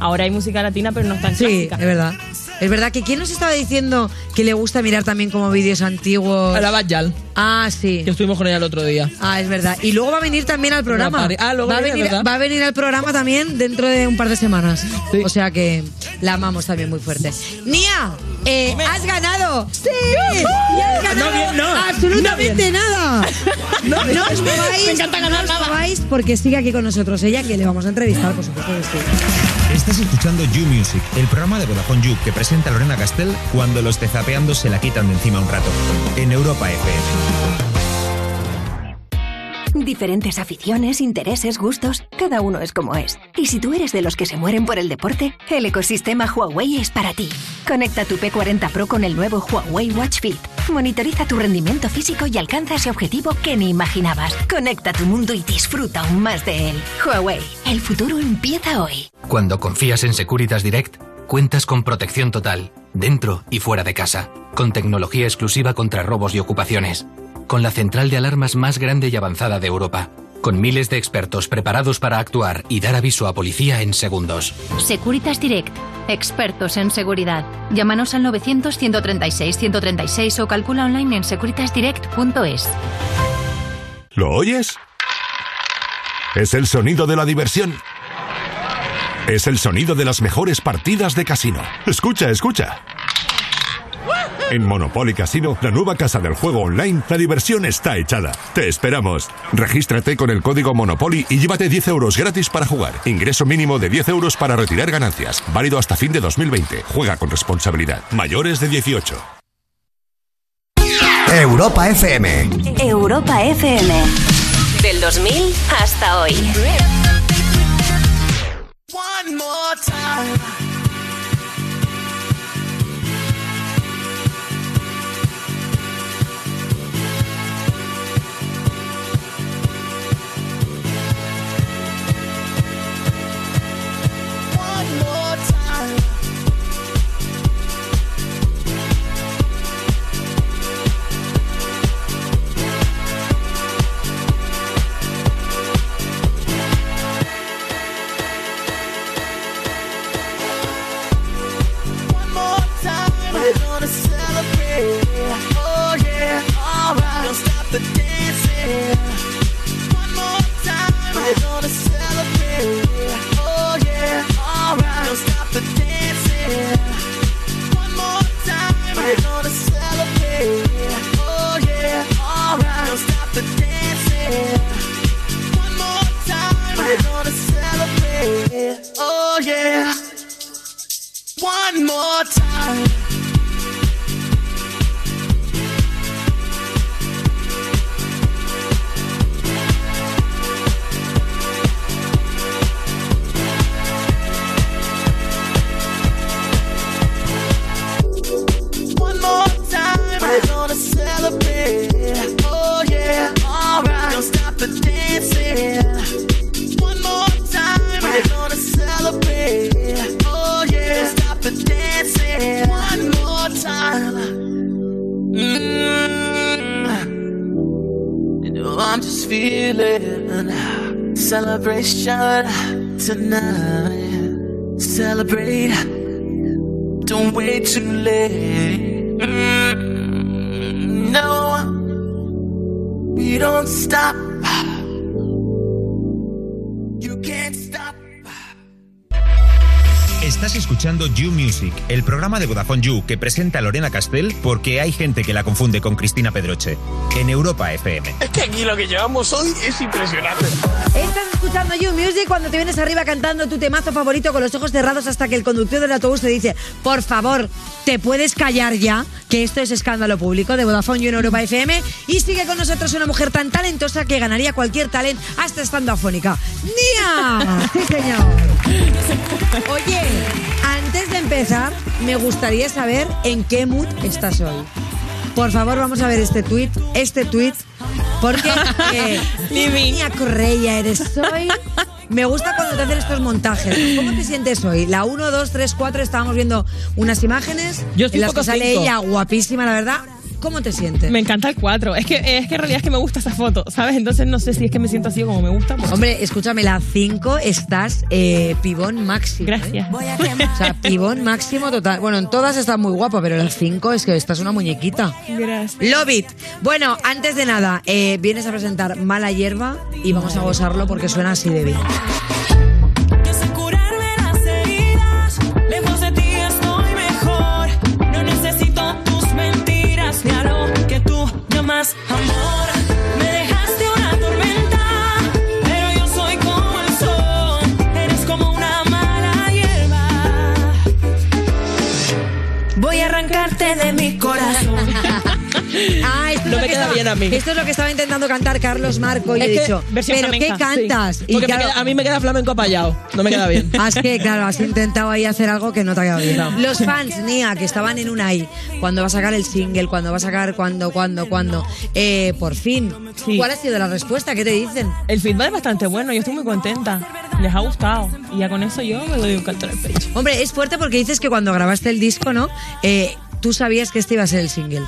S10: Ahora hay música latina, pero no es tan
S2: Sí,
S10: clásica.
S2: es verdad. Es verdad que ¿quién nos estaba diciendo que le gusta mirar también como vídeos antiguos?
S3: A la Bajal,
S2: Ah, sí.
S3: que estuvimos con ella el otro día.
S2: Ah, es verdad. Y luego va a venir también al
S3: La
S2: programa.
S3: pare- ah, luego
S2: va, a
S3: viene,
S2: venir,
S3: ¿verdad?
S2: va a venir al programa también dentro de un par de semanas.
S3: Sí.
S2: O sea que la amamos también muy fuerte. Nia, eh, has ganado. Sí. Y has ganado
S3: No bien, no.
S2: absolutamente nada. No, os mováis.
S10: Me encanta ganar
S2: no os
S10: nada.
S2: mováis porque sigue aquí con nosotros ella que le vamos a entrevistar, por supuesto que sí.
S7: Estás escuchando You Music, el programa de Vodafone You que presenta Lorena Castell cuando los tezapeando se la quitan de encima un rato. En Europa FM.
S13: Diferentes aficiones, intereses, gustos, cada uno es como es. Y si tú eres de los que se mueren por el deporte, el ecosistema Huawei es para ti. Conecta tu P40 Pro con el nuevo Huawei Watch Fit. Monitoriza tu rendimiento físico y alcanza ese objetivo que ni imaginabas. Conecta tu mundo y disfruta aún más de él. Huawei, el futuro empieza hoy.
S14: Cuando confías en Securitas Direct, cuentas con protección total, dentro y fuera de casa, con tecnología exclusiva contra robos y ocupaciones, con la central de alarmas más grande y avanzada de Europa, con miles de expertos preparados para actuar y dar aviso a policía en segundos.
S15: Securitas Direct, expertos en seguridad. Llámanos al 900-136-136 o calcula online en securitasdirect.es.
S16: ¿Lo oyes? Es el sonido de la diversión. Es el sonido de las mejores partidas de casino. Escucha, escucha. En Monopoly Casino, la nueva casa del juego online, la diversión está echada. Te esperamos. Regístrate con el código Monopoly y llévate 10 euros gratis para jugar. Ingreso mínimo de 10 euros para retirar ganancias. Válido hasta fin de 2020. Juega con responsabilidad. Mayores de 18.
S17: Europa FM.
S13: Europa FM.
S18: Del 2000 hasta hoy.
S19: One more time. One more time. One more time, we're gonna celebrate. Oh yeah, alright, don't stop the dancing. One more time, we're gonna celebrate. Oh yeah, alright, don't stop the dancing. One more time, we're gonna celebrate. Oh yeah, alright, don't stop the dancing. One more time, we're gonna celebrate. Oh yeah. One more time. One more time. We're gonna celebrate. Oh yeah, alright. Don't stop the dancing. One more time. We're gonna celebrate. Oh yeah, stop the dancing. Mm. feeling. Celebration tonight. Celebrate. Don't wait too late. Mm, No, we don't stop. You can't stop.
S7: Estás escuchando You Music, el programa de Vodafone You que presenta Lorena Castell porque hay gente que la confunde con Cristina Pedroche. En Europa FM.
S19: Es que aquí lo que llevamos hoy es impresionante.
S2: Estás escuchando You Music cuando te vienes arriba cantando tu temazo favorito con los ojos cerrados hasta que el conductor del autobús te dice, por favor, ¿te puedes callar ya? Que esto es escándalo público de Vodafone You en Europa FM. Y sigue con nosotros una mujer tan talentosa que ganaría cualquier talent hasta estando afónica. ¡Nia! Sí, señor. Oye, antes de empezar, me gustaría saber en qué mood estás hoy. Por favor, vamos a ver este tweet, este tweet, porque eh, Nia Correia eres hoy. Me gusta cuando te hacen estos montajes. ¿Cómo te sientes hoy? La 1, 2, 3, 4, estábamos viendo unas imágenes
S10: Yo estoy
S2: en las
S10: poco
S2: que sale
S10: cinco.
S2: ella guapísima, la verdad. ¿Cómo te sientes?
S10: Me encanta el 4. Es que, es que en realidad es que me gusta esa foto, ¿sabes? Entonces no sé si es que me siento así como me gusta. pues-
S2: Hombre, escúchame, la 5 estás eh, pibón máximo. Gracias. O sea, pibón máximo total. Bueno, en todas estás muy guapo, pero la 5 es que estás una muñequita.
S10: Gracias.
S2: Lobit. Bueno, antes de nada, eh, vienes a presentar Mala Hierba y vamos a gozarlo porque suena así de bien.
S6: Yo sé curarme las heridas, lejos de ti estoy mejor. No necesito tus mentiras ni a lo que tú llamas amor. Me dejaste una tormenta, pero yo soy como el sol. Eres como una mala hierba.
S2: Voy a arrancarte de mi corazón. ah, esto es
S10: No
S2: lo
S10: me
S2: que
S10: queda
S2: estaba-
S10: bien a mí.
S2: Esto es lo que estaba intentando cantar Carlos Marco y
S10: Es
S2: he
S10: que
S2: dicho,
S10: versión
S2: ¿pero qué
S10: flamenca, sí.
S2: cantas? Y
S10: Porque me
S2: claro,
S10: queda- a mí me queda flamenco apallado. No me queda bien.
S2: Has Ah, que, claro, has intentado ahí hacer algo que no te ha quedado bien.
S10: No.
S2: Los fans, Nia, que estaban en una ahí, cuando va a sacar el single, cuando va a sacar, cuando, cuando, cuando. Eh, por fin. ¿Cuál ha sido la respuesta? ¿Qué te dicen?
S10: El feedback es bastante bueno, yo estoy muy contenta. Les ha gustado. Y ya con eso yo me doy un canto en el pecho.
S2: Hombre, es fuerte porque dices que cuando grabaste el disco, ¿no? Eh, tú sabías que este iba a ser el single.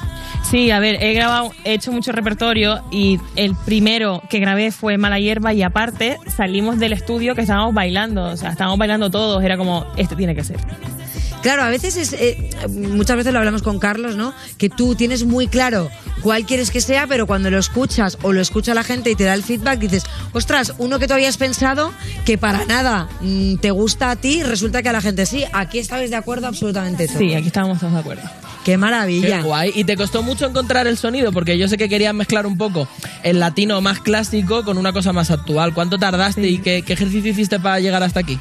S10: Sí, a ver, he grabado, he hecho mucho repertorio y el primero que grabé fue Mala Hierba y aparte salimos del estudio que estábamos bailando, o sea, estábamos bailando todos, era como, este tiene que ser.
S2: Claro, a veces es. eh, muchas veces lo hablamos con Carlos, ¿no? Que tú tienes muy claro cuál quieres que sea, pero cuando lo escuchas o lo escucha la gente y te da el feedback, dices, ostras, uno que tú habías pensado que para nada mm, te gusta a ti, resulta que a la gente sí. Aquí estabais de acuerdo absolutamente todos.
S10: Sí, aquí estábamos todos de acuerdo.
S2: Qué maravilla.
S10: Qué
S3: guay. Y te costó mucho encontrar el sonido, porque yo sé que querías mezclar un poco el latino más clásico con una cosa más actual. ¿Cuánto tardaste y qué, qué ejercicio hiciste para llegar hasta aquí?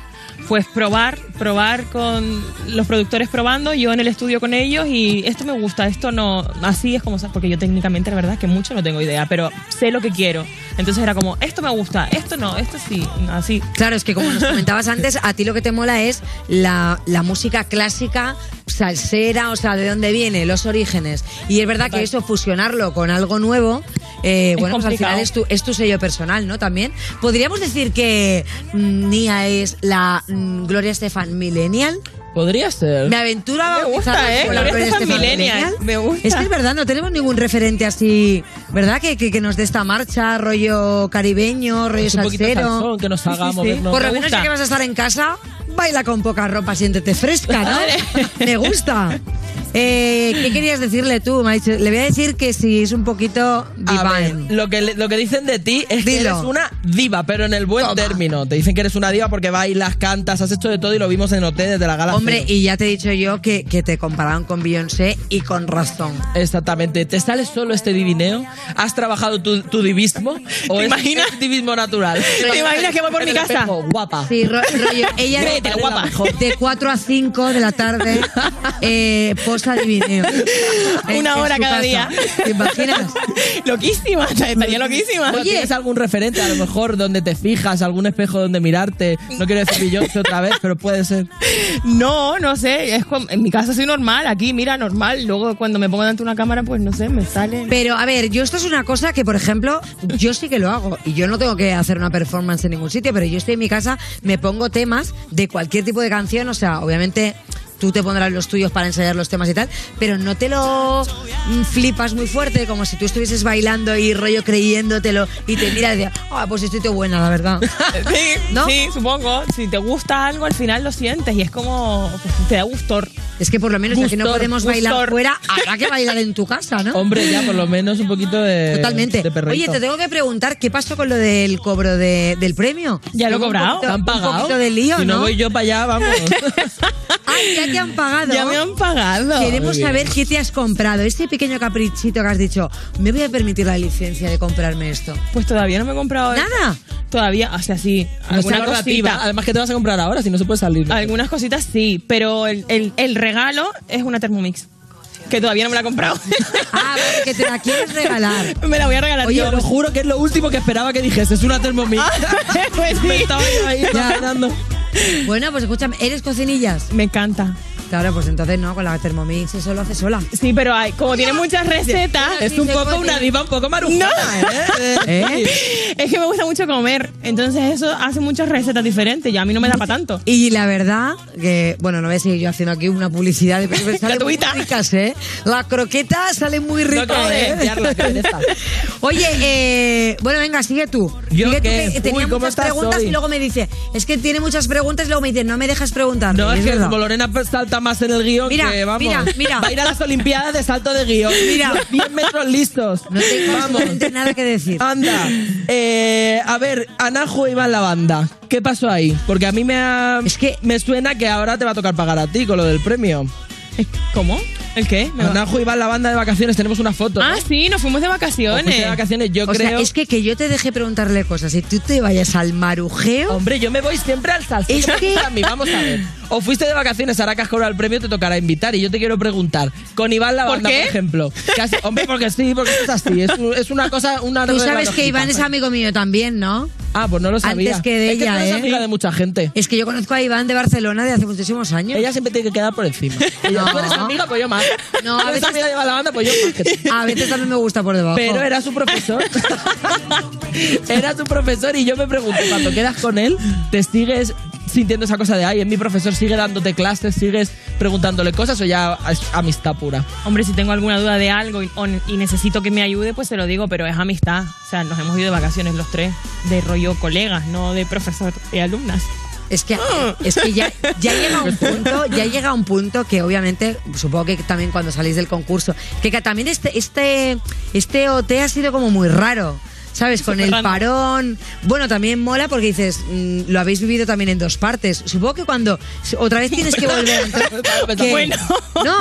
S10: Pues probar, probar con los productores probando, yo en el estudio con ellos y esto me gusta, esto no, así es como, porque yo técnicamente la verdad es que mucho no tengo idea, pero sé lo que quiero. Entonces era como, esto me gusta, esto no, esto sí, así.
S2: Claro, es que como nos comentabas antes, a ti lo que te mola es la, la música clásica, salsera, o sea, de dónde viene, los orígenes. Y es verdad que eso, fusionarlo con algo nuevo, eh,
S10: Es
S2: bueno, pues al
S10: complicado.
S2: final es tu, es tu sello personal, ¿no? También. ¿Podríamos decir que mm, Nia es la mm, Gloria Estefan Millennial?
S3: Podría ser.
S2: Me aventuro a
S10: Me gusta,
S2: bautizarla
S10: ¿eh?
S2: como la
S10: Gloria
S2: Gloria
S10: Estefan
S2: Estefan
S10: Millennial. Me gusta.
S2: Es que es verdad, no tenemos ningún referente así, ¿verdad? Que, que, que nos dé esta marcha, rollo caribeño, rollo
S3: Es un poquito
S2: salsero.
S3: salsón, que nos haga movernos.
S2: Por lo
S3: Me
S2: menos
S3: gusta.
S2: ya que vas a estar en casa, baila con poca ropa, siéntete fresca, ¿no? Me gusta. Eh, ¿Qué querías decirle tú, Maiche? Le voy a decir que si es un poquito
S3: A ver,
S2: divine.
S3: lo que, le- lo que dicen de ti es que
S2: Dilo.
S3: eres una diva, pero en el buen término. Te dicen que eres una diva porque bailas, cantas, has hecho de todo y lo vimos en OT desde la gala.
S2: Hombre,
S3: cero.
S2: y ya te he dicho yo que, que te comparaban con Beyoncé y con razón.
S3: Exactamente. ¿Te sale solo este divineo? ¿Has trabajado tu, tu divismo? ¿O
S2: ¿Te
S3: es,
S2: imaginas?
S3: es divismo natural?
S2: ¿Te imaginas que voy por
S3: En
S2: mi
S3: el
S2: casa?
S3: espejo, guapa.
S2: Sí, ro- rollo, ella
S3: Créete,
S2: de,
S3: guapa.
S2: de 4 a 5 de la tarde eh, posa de video.
S10: Una hora cada día.
S2: ¿Te imaginas?
S10: Loquísima, estaría loquísima.
S3: Pero ¿Tienes algún referente a lo mejor donde te fijas, algún espejo donde mirarte? No quiero decir Beyoncé otra vez, pero puede ser.
S10: No, no sé. Es como- en mi casa soy normal. Aquí, mira, normal. Luego, cuando me pongo delante de una cámara, pues no sé, me sale.
S2: Pero a ver, yo esto es una cosa que, por ejemplo, yo sí que lo hago. Y yo no tengo que hacer una performance en ningún sitio, pero yo estoy en mi casa, me pongo temas de cualquier tipo de canción, o sea, obviamente. tú te pondrás los tuyos para ensayar los temas y tal, pero no te lo mm, flipas muy fuerte, como si tú estuvieses bailando y rollo creyéndotelo y te miras y dices, ah, pues estoy buena, la verdad.
S10: Sí, sí, supongo. Si te gusta algo, al final lo sientes y es como. pues, te da gustor.
S2: Es que por lo menos, ya que no podemos bailar fuera, habrá que bailar en tu casa, ¿no?
S3: Hombre, ya por lo menos un poquito de.
S2: Totalmente.
S3: Eh, de perrito.
S2: Oye, te tengo que preguntar, ¿qué pasó con lo del cobro de- del premio?
S3: Ya lo he
S2: Hubo un
S3: cobrado.
S2: poquito-
S3: ¿Te han pagado?
S2: Un poquito de lío,
S3: Si
S2: ¿no?
S3: no voy yo para allá, vamos.
S2: Ay, ya te han pagado.
S3: Ya me han pagado.
S2: Queremos
S3: Muy bien.
S2: saber qué te has comprado. Ese pequeño caprichito que has dicho, me voy a permitir la licencia de comprarme esto.
S10: Pues todavía no me he comprado.
S2: Nada.
S10: Todavía, o sea, sí. Alguna cosita.
S3: Además, que te vas a comprar ahora si no se puede salir?
S10: Algunas cositas sí, pero el, el- el regalo es una Thermomix. Que todavía no me la he comprado.
S2: Ah, vale, que te la quieres regalar.
S10: Me la voy a regalar
S3: Oye,
S10: yo.
S3: lo juro que es lo último que esperaba que dijese. Es una Thermomix.
S10: pues sí.
S3: Me estaba yo ahí
S2: Ah, Ya.
S3: imaginando.
S2: Bueno, pues escúchame, ¿eres cocinillas?
S10: Me encanta.
S2: Claro, pues entonces no, con la Thermomix eso lo hace sola.
S10: Sí, pero hay, como
S2: Ah,
S10: tiene muchas recetas.
S3: Es un poco una diva, un poco marujana, ¿eh?
S2: ¿Eh?
S10: Es que me gusta mucho comer, entonces eso hace muchas recetas diferentes y a mí no me da para tanto.
S2: Y la verdad que, bueno, no voy a seguir yo haciendo aquí una publicidad de pero salen muy
S10: Gratuita.
S2: ricas, ¿eh? Las croquetas salen muy
S3: No
S2: ricas.
S3: acabo de
S2: ¿eh?
S3: limpiarla, qué pereza.
S2: Oye, eh, bueno, venga, sigue tú.
S3: ¿Yo
S2: sigue tú,
S3: qué?
S2: que tenía
S3: Uy, ¿cómo
S2: muchas
S3: estás
S2: preguntas
S3: hoy?
S2: y luego me dice, es que tiene muchas preguntas y luego me dice, no me dejas preguntar.
S3: No, es que
S2: verdad.
S3: como Lorena salta más en el guión
S2: Mira,
S3: que vamos.
S2: mira, mira.
S3: Va a ir a las Olimpiadas de salto de guión.
S2: Mira.
S3: Los 100 metros listos.
S2: No tengo absolutamente nada que decir.
S3: Anda. Eh, a ver, Anajo Iván la banda. ¿Qué pasó ahí? Porque a mí me ha- me suena que ahora te va a tocar pagar a ti con lo del premio.
S10: ¿Cómo? ¿El qué? Me va-
S3: Anajo Iván la banda de vacaciones, tenemos una foto.
S10: Ah, sí, nos fuimos de
S3: Os fuiste
S10: vacaciones.
S3: de vacaciones, yo
S2: o
S3: creo.
S2: sea, es que que yo te dejé preguntarle cosas y tú te vayas al marujeo.
S3: Hombre, yo me voy siempre al salseo.
S2: Es que-
S3: A mí, vamos a ver. O fuiste de vacaciones, ahora que has cobrado el premio, te tocará invitar. Y yo te quiero preguntar, con Iván la
S10: ¿Por
S3: banda,
S10: qué?
S3: por ejemplo. que has- hombre, porque sí, porque esto es así. Es, un- es una cosa, una
S2: Tú
S3: regla
S2: sabes que
S3: lógica.
S2: Iván es amigo mío también, ¿no?
S3: Ah, pues no lo sabía.
S2: Antes que de
S3: Es
S2: ella,
S3: tú eres
S2: ¿eh?
S3: amiga de mucha gente.
S2: Es que yo conozco a Iván de Barcelona de hace muchísimos años.
S3: Ella siempre tiene que quedar por encima. Ella,
S2: No.
S3: Tú eres amiga, pues yo más.
S2: No,
S3: Tú
S2: a
S3: eres
S2: veces-
S3: amiga de Iván la banda, pues yo más. que tú.
S2: A veces también me gusta por debajo.
S3: Pero era su profesor. era su profesor y yo me pregunto, cuando quedas con él, ¿te sigues sintiendo esa cosa de, ay, es mi profesor, sigue dándote clases, sigues preguntándole cosas o ya es amistad pura?
S10: Hombre, si tengo alguna duda de algo y, o- y necesito que me ayude, pues se lo digo, pero es amistad. O sea, nos hemos ido de vacaciones los tres, de rollo colegas, no de profesor y alumnas.
S2: Es que, es que ya, ya llega un punto, ya llega un punto que obviamente, supongo que también cuando salís del concurso, que, ca- también este, este, este OT ha sido como muy raro. ¿Sabes? Con el
S10: random.
S2: parón. Bueno, también mola porque dices, mm, lo habéis vivido también en dos partes. Supongo que cuando otra vez tienes que volver a entrar. que-
S10: Bueno,
S2: No.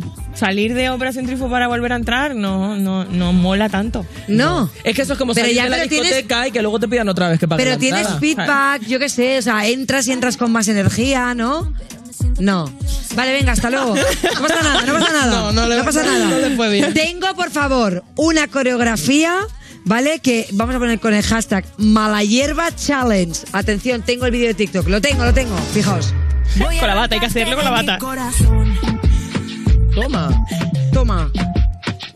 S10: no. Salir de Operación Triunfo para volver a entrar no, no, no mola tanto.
S2: No.
S3: Es que eso es como
S2: Pero
S3: salir
S2: ya
S3: de la
S2: pero tienes-
S3: discoteca y que luego te pidan otra vez que pagues
S2: Pero
S3: la
S2: tienes
S3: entrada.
S2: feedback, yo qué sé, o sea, entras y entras con más energía, ¿no? No. Vale, venga, hasta luego. No pasa nada, no pasa nada.
S3: No, no le-
S2: pasa
S3: no-
S2: nada.
S3: no le fue bien.
S2: Tengo, por favor, una coreografía, ¿vale? Que vamos a poner con el hashtag Malayerba Challenge. Atención, tengo el vídeo de TikTok. Lo tengo, lo tengo. Fijaos.
S10: Con la bata, hay que hacerlo con la bata.
S3: Toma.
S2: Toma.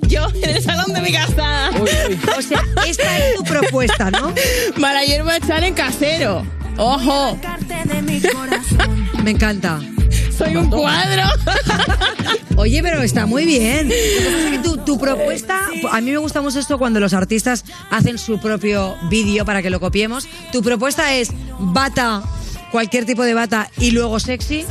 S10: Yo en el salón de mi casa.
S3: Uy, uy.
S2: O sea, esta es tu propuesta, ¿no?
S10: Para hierba echar en casero. Ojo,
S2: Me encanta.
S10: soy un cuadro.
S2: Oye, pero está muy bien. Lo que pasa es que tu, tu propuesta, a mí me gusta mucho esto cuando los artistas hacen su propio vídeo para que lo copiemos. Tu propuesta es bata, cualquier tipo de bata y luego sexy.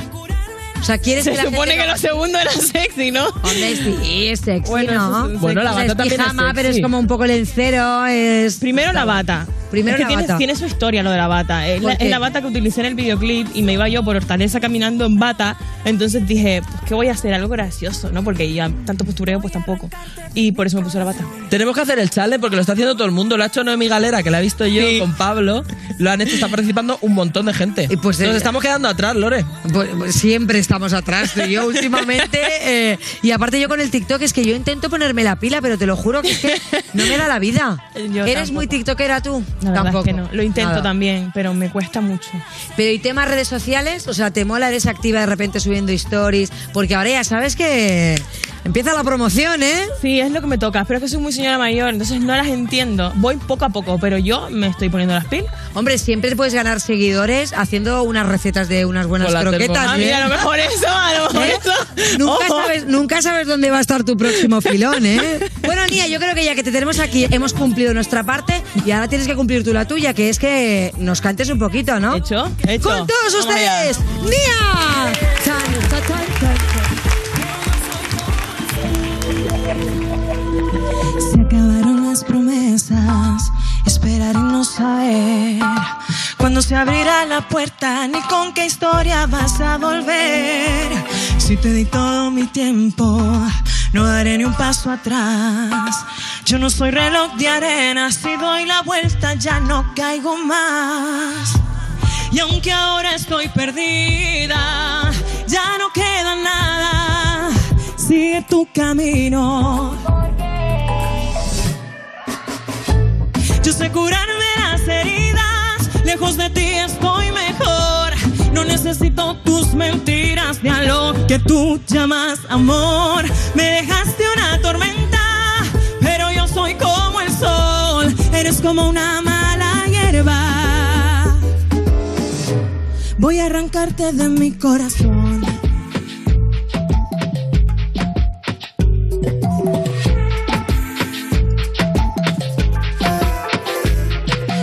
S2: O sea, quieres
S10: Se
S2: que la
S10: supone
S2: gente
S10: que lo segundo era sexy, ¿no?
S2: Hombre, sí, es sexy,
S10: Bueno,
S2: ¿no?
S10: eso es
S3: Bueno, la
S2: O sea,
S3: bata también es
S2: pijama,
S3: sexy.
S2: pero es como un poco lencero, es...
S10: Primero la bata. Es
S2: Primero
S10: que
S2: la
S10: tiene,
S2: bata.
S10: tiene su historia lo de la bata. Es
S2: ¿Por
S10: la,
S2: qué?
S10: es la bata que utilicé en el videoclip y me iba yo por Hortaleza caminando en bata. Entonces dije, pues, ¿qué voy a hacer? Algo gracioso, ¿no? Porque ya tanto postureo, pues tampoco. Y por eso me puse la bata.
S3: Tenemos que hacer el challenge porque lo está haciendo todo el mundo. Lo ha hecho Noemi Galera, que la he visto yo con Pablo. Lo han hecho, está participando un montón de gente.
S2: Y pues,
S3: Nos
S2: eh,
S3: estamos quedando atrás, Lore.
S2: Pues, pues, siempre estamos atrás, tú y yo últimamente. eh, y aparte yo con el TikTok es que yo intento ponerme la pila, pero te lo juro que, es que no me da la vida.
S10: Yo
S2: ¿Eres
S10: tampoco.
S2: muy TikTokera tú?
S10: La verdad es
S2: tampoco.
S10: que no. Lo intento
S2: Nada.
S10: también, pero me cuesta mucho.
S2: Pero ¿y temas redes sociales? O sea, ¿te mola? ¿Eres activa de repente subiendo stories? Porque ahora ya sabes que Empieza la promoción, ¿eh?
S10: Sí, es lo que me toca. Pero es que soy muy señora mayor, entonces no las entiendo. Voy poco a poco, pero yo me estoy poniendo las pilas.
S2: Hombre, siempre te puedes ganar seguidores haciendo unas recetas de unas buenas
S10: Volantes
S2: croquetas.
S10: con- Ah,
S2: ¿eh?
S10: mira, a lo mejor eso, a lo mejor eso.
S2: Nunca,
S10: Ojo.
S2: sabes, nunca sabes dónde va a estar tu próximo filón, ¿eh? Bueno, Nia, yo creo que ya que te tenemos aquí, hemos cumplido nuestra parte y ahora tienes que cumplir tú la tuya, que es que nos cantes un poquito, ¿no?
S10: Hecho,
S2: Con todos
S10: Vamos
S2: ustedes, Nia. Tan, tan, tan, tan.
S6: Se acabaron las promesas, esperar y no saber. Cuando se abrirá la puerta, ni con qué historia vas a volver. Si te di todo mi tiempo, no daré ni un paso atrás. Yo no soy reloj de arena, si doy la vuelta ya no caigo más. Y aunque ahora estoy perdida, ya no queda nada. Sigue tu camino. Yo sé curarme las heridas, lejos de ti estoy mejor. No necesito tus mentiras ni a lo que tú llamas amor. Me dejaste una tormenta, pero yo soy como el sol. Eres como una mala hierba. Voy a arrancarte de mi corazón.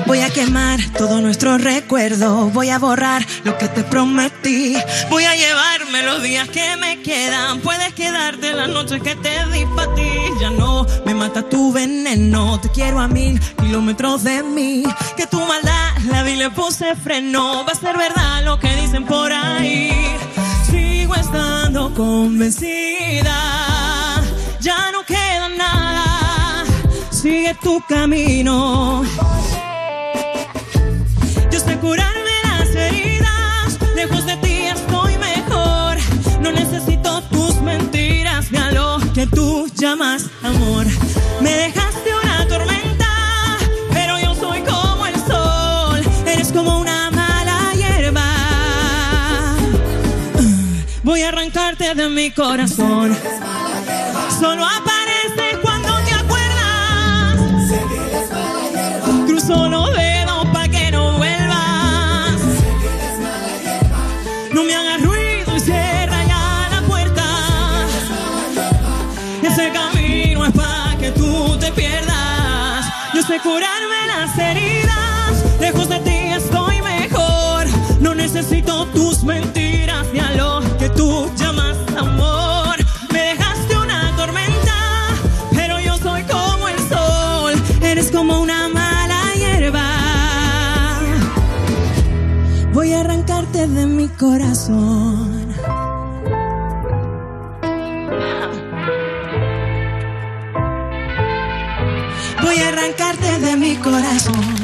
S6: Voy a quemar todo nuestro recuerdo. Voy a borrar lo que te prometí. Voy a llevarme los días que me quedan. Puedes quedarte las noches que te di para ti. Ya no me mata tu veneno. Te quiero a mil kilómetros de mí. Que tu maldad la vi le puse freno. Va a ser verdad lo que dicen por ahí. Sigo estando convencida. Ya no queda nada. Sigue tu camino. Yo sé curarme las heridas, lejos de ti estoy mejor. No necesito tus mentiras ni a lo que tú llamas amor. Me dejaste una tormenta, pero yo soy como el sol. Eres como una mala hierba. Voy a arrancarte de mi corazón. Solo aparece cuando te acuerdas. Cruzo los dedos pa' que no vuelvas. No me hagas ruido y cierra ya la puerta. Ese camino es pa' que tú te pierdas. Yo sé curarme las heridas. Lejos de ti estoy mejor. No necesito tus mentiras ni a lo que tú llamas amor. Me dejaste una tormenta, pero yo soy como el sol. Eres como una mala hierba. Voy a arrancarte de mi corazón. Voy a arrancarte de mi corazón.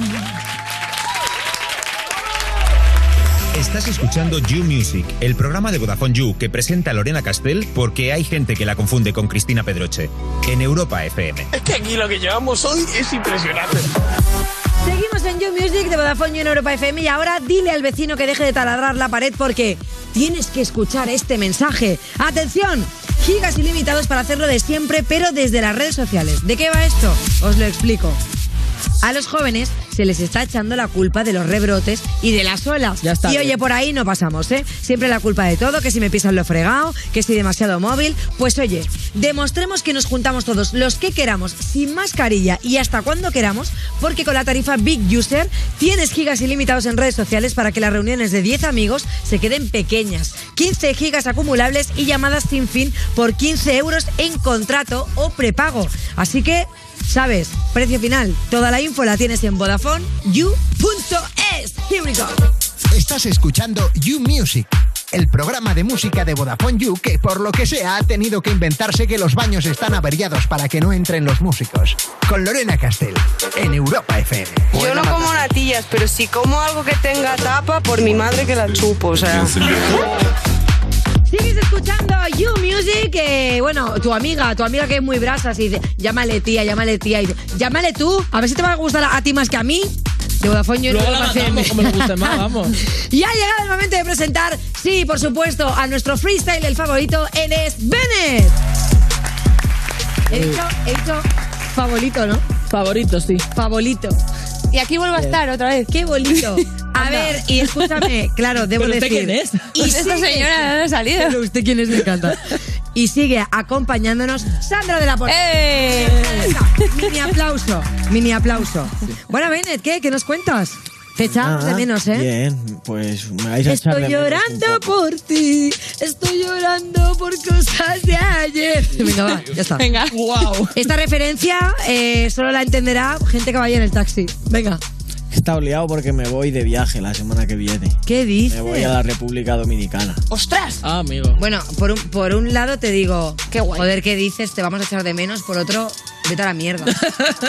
S7: Estás escuchando You Music, el programa de Vodafone You que presenta Lorena Castell porque hay gente que la confunde con Cristina Pedroche en Europa FM.
S19: Es que aquí lo que llevamos hoy es impresionante.
S2: Seguimos en You Music de Vodafone You en Europa FM y ahora dile al vecino que deje de taladrar la pared porque tienes que escuchar este mensaje. ¡Atención! Gigas ilimitados para hacerlo de siempre, pero desde las redes sociales. ¿De qué va esto? Os lo explico. A los jóvenes se les está echando la culpa de los rebrotes y de las olas.
S3: Ya está
S2: Y
S3: bien.
S2: oye, por ahí no pasamos, ¿eh? Siempre la culpa de todo, que si me pisan lo fregado, que si demasiado móvil. Pues oye, demostremos que nos juntamos todos los que queramos, sin mascarilla y hasta cuando queramos, porque con la tarifa Big User tienes gigas ilimitados en redes sociales para que las reuniones de 10 amigos se queden pequeñas. 15 gigas acumulables y llamadas sin fin por 15 euros en contrato o prepago. Así que, ¿sabes? Precio final. Toda la info la tienes en VodafoneYou.es. Here we go.
S13: Estás escuchando You Music, el programa de música de Vodafone You que por lo que sea ha tenido que inventarse que los baños están averiados para que no entren los músicos. Con Lorena Castell, en Europa FM.
S20: Yo no como natillas, pero si como algo que tenga tapa, por mi madre que la chupo, o sea.
S2: Sigues escuchando You Music, que bueno, tu amiga, tu amiga que es muy brasa, y dice, llámale tía, llámale tía, y dice, llámale tú, a ver si te va a gustar a, a ti más que a mí. De Vodafone You
S3: Luego la
S2: Europa FM.
S3: matamos como nos guste más, vamos.
S2: Y ha llegado el momento de presentar, sí, por supuesto, a nuestro freestyle, el favorito, él es Bennett. He dicho, he dicho favorito, ¿no?
S3: Favorito, sí.
S2: Favorito.
S4: Y aquí vuelvo a estar otra vez.
S2: Qué bonito. A ver, y escúchame, claro, debo
S4: ¿Pero usted
S2: decir.
S4: quién es?
S2: Y
S4: Pues esta
S2: sigue-
S4: señora de dónde ha salido.
S2: Pero usted quién es, me encanta. Y sigue acompañándonos Sandra de la Porta.
S4: ¡Eh!
S2: Venga, Mini aplauso, mini aplauso. Bueno, Benet, ¿qué? ¿Qué nos cuentas? Te echábamos de
S21: Ah,
S2: menos, ¿eh?
S21: Bien, pues me vais a echar
S2: Estoy
S21: de menos.
S2: llorando por ti, estoy llorando por cosas de ayer. Venga, va, ya está.
S10: Venga.
S2: wow. Esta referencia eh, solo la entenderá gente que vaya en el taxi. Venga.
S21: He estado liado porque me voy de viaje la semana que viene.
S2: ¿Qué dices?
S21: Me voy a la República Dominicana.
S2: ¡Ostras!
S3: Ah, amigo.
S2: Bueno, por un, por un lado te digo, qué joder, ¿qué dices? Te vamos a echar de menos. Por otro, vete a la mierda.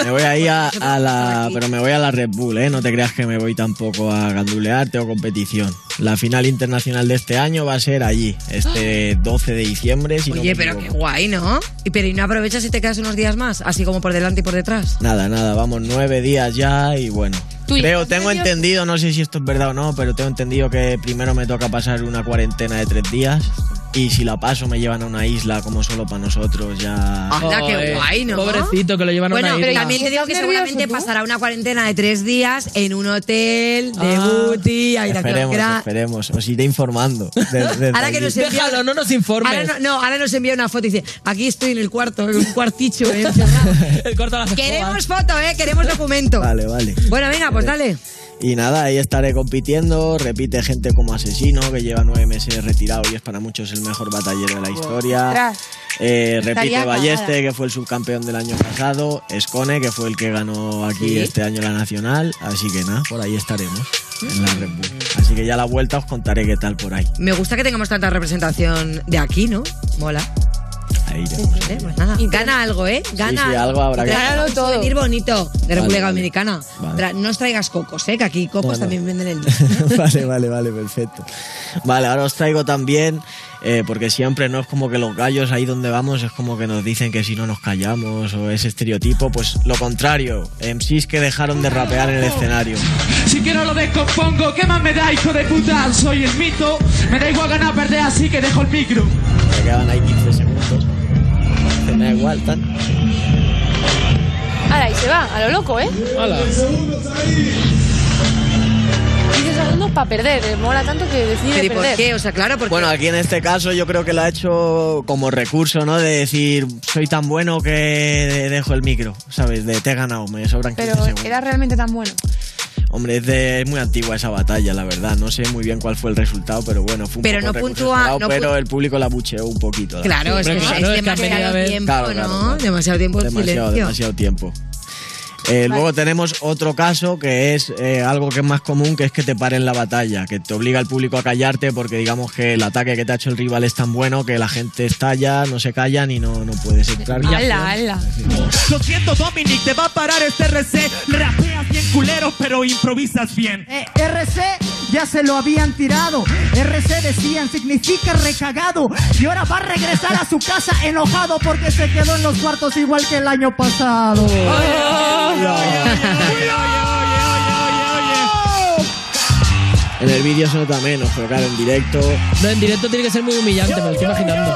S21: Me voy ahí a, a la. Pero me voy a la Red Bull, ¿eh? No te creas que me voy tampoco a gandulear, tengo competición. La final internacional de este año va a ser allí, este 12 de diciembre. Si no
S2: Oye,
S21: me
S2: pero qué
S21: equivoco.
S2: guay, ¿no? Y, pero ¿y no aprovechas y te quedas unos días más? Así como por delante y por detrás.
S21: Nada, nada, vamos nueve días ya y bueno.
S2: Tú, ¿y
S21: Creo,
S2: estás
S21: tengo
S2: nervioso?
S21: entendido, no sé si esto es verdad o no, pero tengo entendido que primero me toca pasar una cuarentena de tres días y si la paso me llevan a una isla como solo para nosotros ya.
S2: Anda, qué
S3: Joder,
S2: guay, ¿no?
S3: Pobrecito, que lo llevan a
S2: Bueno,
S3: una
S2: pero
S3: isla.
S2: también te digo que
S4: ¿Estás nervioso
S2: seguramente
S4: tú?
S2: pasará una cuarentena de tres días en un hotel de
S21: Ah.
S2: booty, habitación
S21: Esperemos,
S2: gra-
S21: esperemos, os iré informando. de- desde
S2: Ahora que
S21: allí.
S2: nos envía,
S3: no nos informes.
S2: Pues Ahora no, no, ahora nos envía una foto y dice, aquí estoy en el cuarto, en un cuarticho. eh, encerrado".
S3: El corta las
S2: queremos foto, ¿eh? Queremos documento.
S21: Vale, vale.
S2: Bueno, venga, pues dale.
S21: Y nada, ahí estaré compitiendo. Repite gente como asesino, que lleva nueve meses retirado y es para muchos el mejor batallero de la historia.
S4: Ostras.
S21: Eh, repite
S4: Estaría
S21: Balleste,
S4: cagada.
S21: que fue el subcampeón del año pasado. Escone, que fue el que ganó aquí
S4: Sí.
S21: este año la nacional. Así que nada, por ahí estaremos en
S4: Mm.
S21: la Red Bull. Así que ya a la vuelta os contaré qué tal por ahí.
S2: Me gusta que tengamos tanta representación de aquí, ¿no? Mola.
S21: Ahí ya.
S2: Eh, pues nada. Gana algo, ¿eh? Gana
S21: Sí, sí, algo habrá que
S2: Gánalo
S21: hacer.
S2: todo. Un souvenir bonito de
S21: Vale,
S2: República
S21: vale.
S2: Dominicana.
S21: Vale.
S2: Tra- No os traigas cocos, ¿eh? Que aquí cocos
S21: No, no.
S2: también venden el...
S21: vale, vale, vale, perfecto. Vale, ahora os traigo también, eh, porque siempre no es como que los gallos ahí donde vamos es como que nos dicen que si no nos callamos o ese estereotipo, pues lo contrario, MCs que dejaron de rapear en el escenario.
S22: Si quiero lo descompongo, ¿qué más me da, hijo de puta? Soy el mito, me da igual ganar o perder, así que dejo el micro.
S21: Me quedaban ahí 15 segundos. Me da igual, tan.
S4: Ahora, y se va, a lo loco, ¿eh?
S21: Hala.
S4: 15 segundos para perder, eh, mola tanto que decide
S2: Pero ¿y por
S4: perder.
S2: qué? O sea, claro, porque...
S21: Bueno, aquí en este caso yo creo que lo ha hecho como recurso, ¿no? De decir, soy tan bueno que de- dejo el micro, ¿sabes? De te he ganado, me sobran 15
S4: Pero
S21: segundos.
S4: era realmente tan bueno.
S21: Hombre, es, de- es muy antigua esa batalla, la verdad. No sé muy bien cuál fue el resultado, pero bueno, fue un
S2: Pero
S21: poco
S2: no
S21: recurso
S2: puntúa-
S21: esperado,
S2: no
S21: pero
S2: pu-
S21: el público la bucheó un poquito. la
S2: Claro,
S21: verdad.
S2: es que es- es demasiado tiempo,
S21: Claro,
S2: ¿no?
S21: claro, claro.
S2: Demasiado tiempo en
S21: Demasiado,
S2: silencio.
S21: demasiado tiempo. Eh, Luego tenemos otro caso que es eh, algo que es más común, que es que te paren la batalla, que te obliga al público a callarte porque digamos que el ataque que te ha hecho el rival es tan bueno que la gente estalla, no se callan y no, no puedes entrar. Y
S4: Ala, ala.
S22: Lo siento, Dominic, te va a parar este RC. Rapeas bien culeros, pero improvisas bien.
S23: Eh, RC ya se lo habían tirado. RC decían significa recagado. Y ahora va a regresar a su casa enojado porque se quedó en los cuartos igual que el año pasado.
S21: En el vídeo se nota menos, pero claro, en directo...
S3: No, en directo tiene que ser muy humillante, me lo estoy imaginando.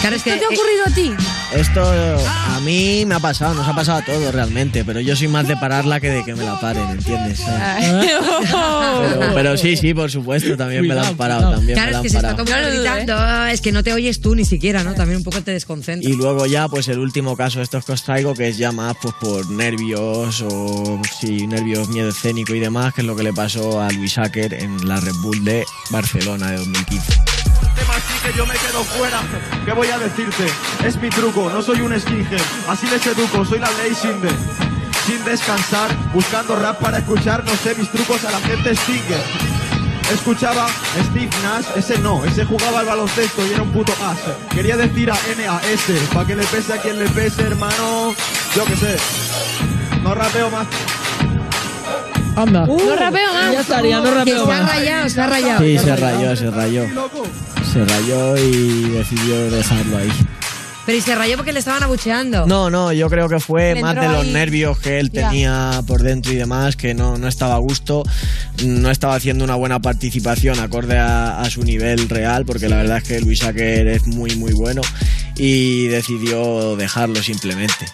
S2: Claro, es que...
S4: ¿Qué ha ocurrido a ti?
S21: Esto a mí me ha pasado, nos ha pasado a todos realmente, pero yo soy más de pararla que de que me la paren, ¿entiendes?
S2: Ah.
S21: Pero, pero sí, sí, por supuesto, también me la han parado, también me
S2: Claro, ¿eh?
S21: la
S2: es
S21: han
S2: que se está
S21: parado.
S2: como gritando, es que no te oyes tú ni siquiera, ¿no? También un poco te desconcentra.
S21: Y luego ya, pues el último caso de estos que os traigo, que es ya más pues por nervios o sí, nervios, miedo escénico y demás, que es lo que le pasó a Luis Acker en la Red Bull de Barcelona de 2015.
S22: Así que yo me quedo fuera. ¿Qué voy a decirte? Es mi truco, no soy un skinhead. Así les educo, soy la ley Schindler. Sin descansar, buscando rap para escuchar, no sé, mis trucos a la gente Stinger. Escuchaba Steve Nash, ese no, ese jugaba al baloncesto y era un puto as. Quería decir a NAS, pa' que le pese a quien le pese, hermano. Yo qué sé, no rapeo más.
S3: Anda.
S4: no rapeo más.
S3: Ya estaría, no rapeo
S4: Que se ha
S3: más.
S4: rayado, se ha rayado.
S21: Sí, se rayó, se rayó. Se rayó y decidió dejarlo ahí.
S2: Pero y se rayó porque le estaban abucheando.
S21: No, no, yo creo que fue
S2: Le
S21: más de
S2: entró
S21: los
S2: ahí.
S21: nervios que él
S2: Ya.
S21: tenía por dentro y demás, que no, no estaba a gusto, no estaba haciendo una buena participación acorde a, a su nivel real, porque la verdad es que Luis Acker es muy, muy bueno. y decidió dejarlo simplemente.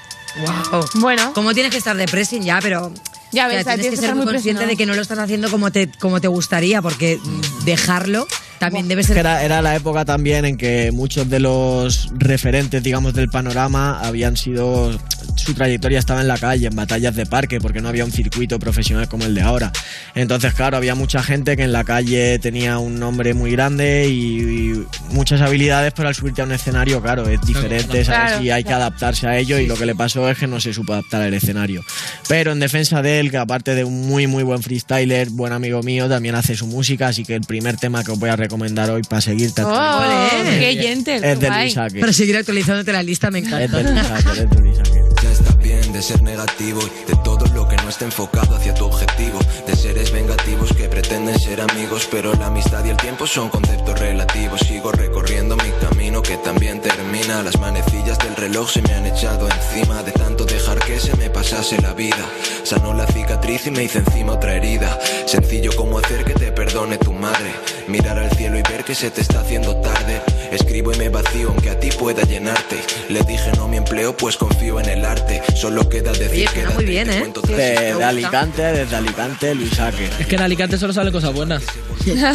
S2: Wow. Bueno. Como tienes que estar de pressing ya, pero.
S4: Ya
S2: o sea,
S4: ves,
S2: tienes que ser
S4: muy
S2: muy consciente
S4: presionado.
S2: de que no lo estás haciendo como te, como te gustaría, porque dejarlo también debe ser.
S21: que era, era la época también en que muchos de los referentes, digamos, del panorama habían sido. Su trayectoria estaba en la calle, en batallas de parque, porque no había un circuito profesional como el de ahora. Entonces, claro, había mucha gente que en la calle tenía un nombre muy grande y, y muchas habilidades, pero al subirte a un escenario, claro, es diferente,
S1: Claro,
S21: ¿sabes? Y hay que
S1: claro.
S21: adaptarse a ello y lo que le pasó es que no se supo adaptar al escenario. Pero en defensa de él, que aparte de un muy muy buen freestyler, buen amigo mío, también hace su música, así que el primer tema que os voy a recomendar hoy para seguirte
S4: Oh,
S21: actualizando
S4: qué
S21: es-
S4: gentle,
S21: es de
S4: guay.
S21: Luis Acker.
S2: Para seguir actualizándote la lista me
S21: Es de Luis
S2: encanta.
S21: Acker, es de Luis Acker.
S1: Ya está bien de ser negativo y de todo lo que no esté enfocado hacia tu objetivo. De seres vengativos que pretenden ser amigos, pero la amistad y el tiempo son conceptos relativos. Sigo recorriendo mi camino que también termina. Las manecillas del reloj se me han echado encima de tanto dejar que se me pasase la vida. Sanó la cicatriz y me hice encima otra herida. Sencillo como hacer que te perdone tu madre. Mirar al cielo y ver que se te está haciendo tarde. Escribo y me vacío aunque a ti pueda llenarte. Le dije no mi empleo pues confío en el arte. Solo queda decir que
S2: Muy bien, ¿eh?
S21: De, de Alicante, desde Alicante, Luis Acker.
S3: Es que en Alicante solo salen cosas buenas.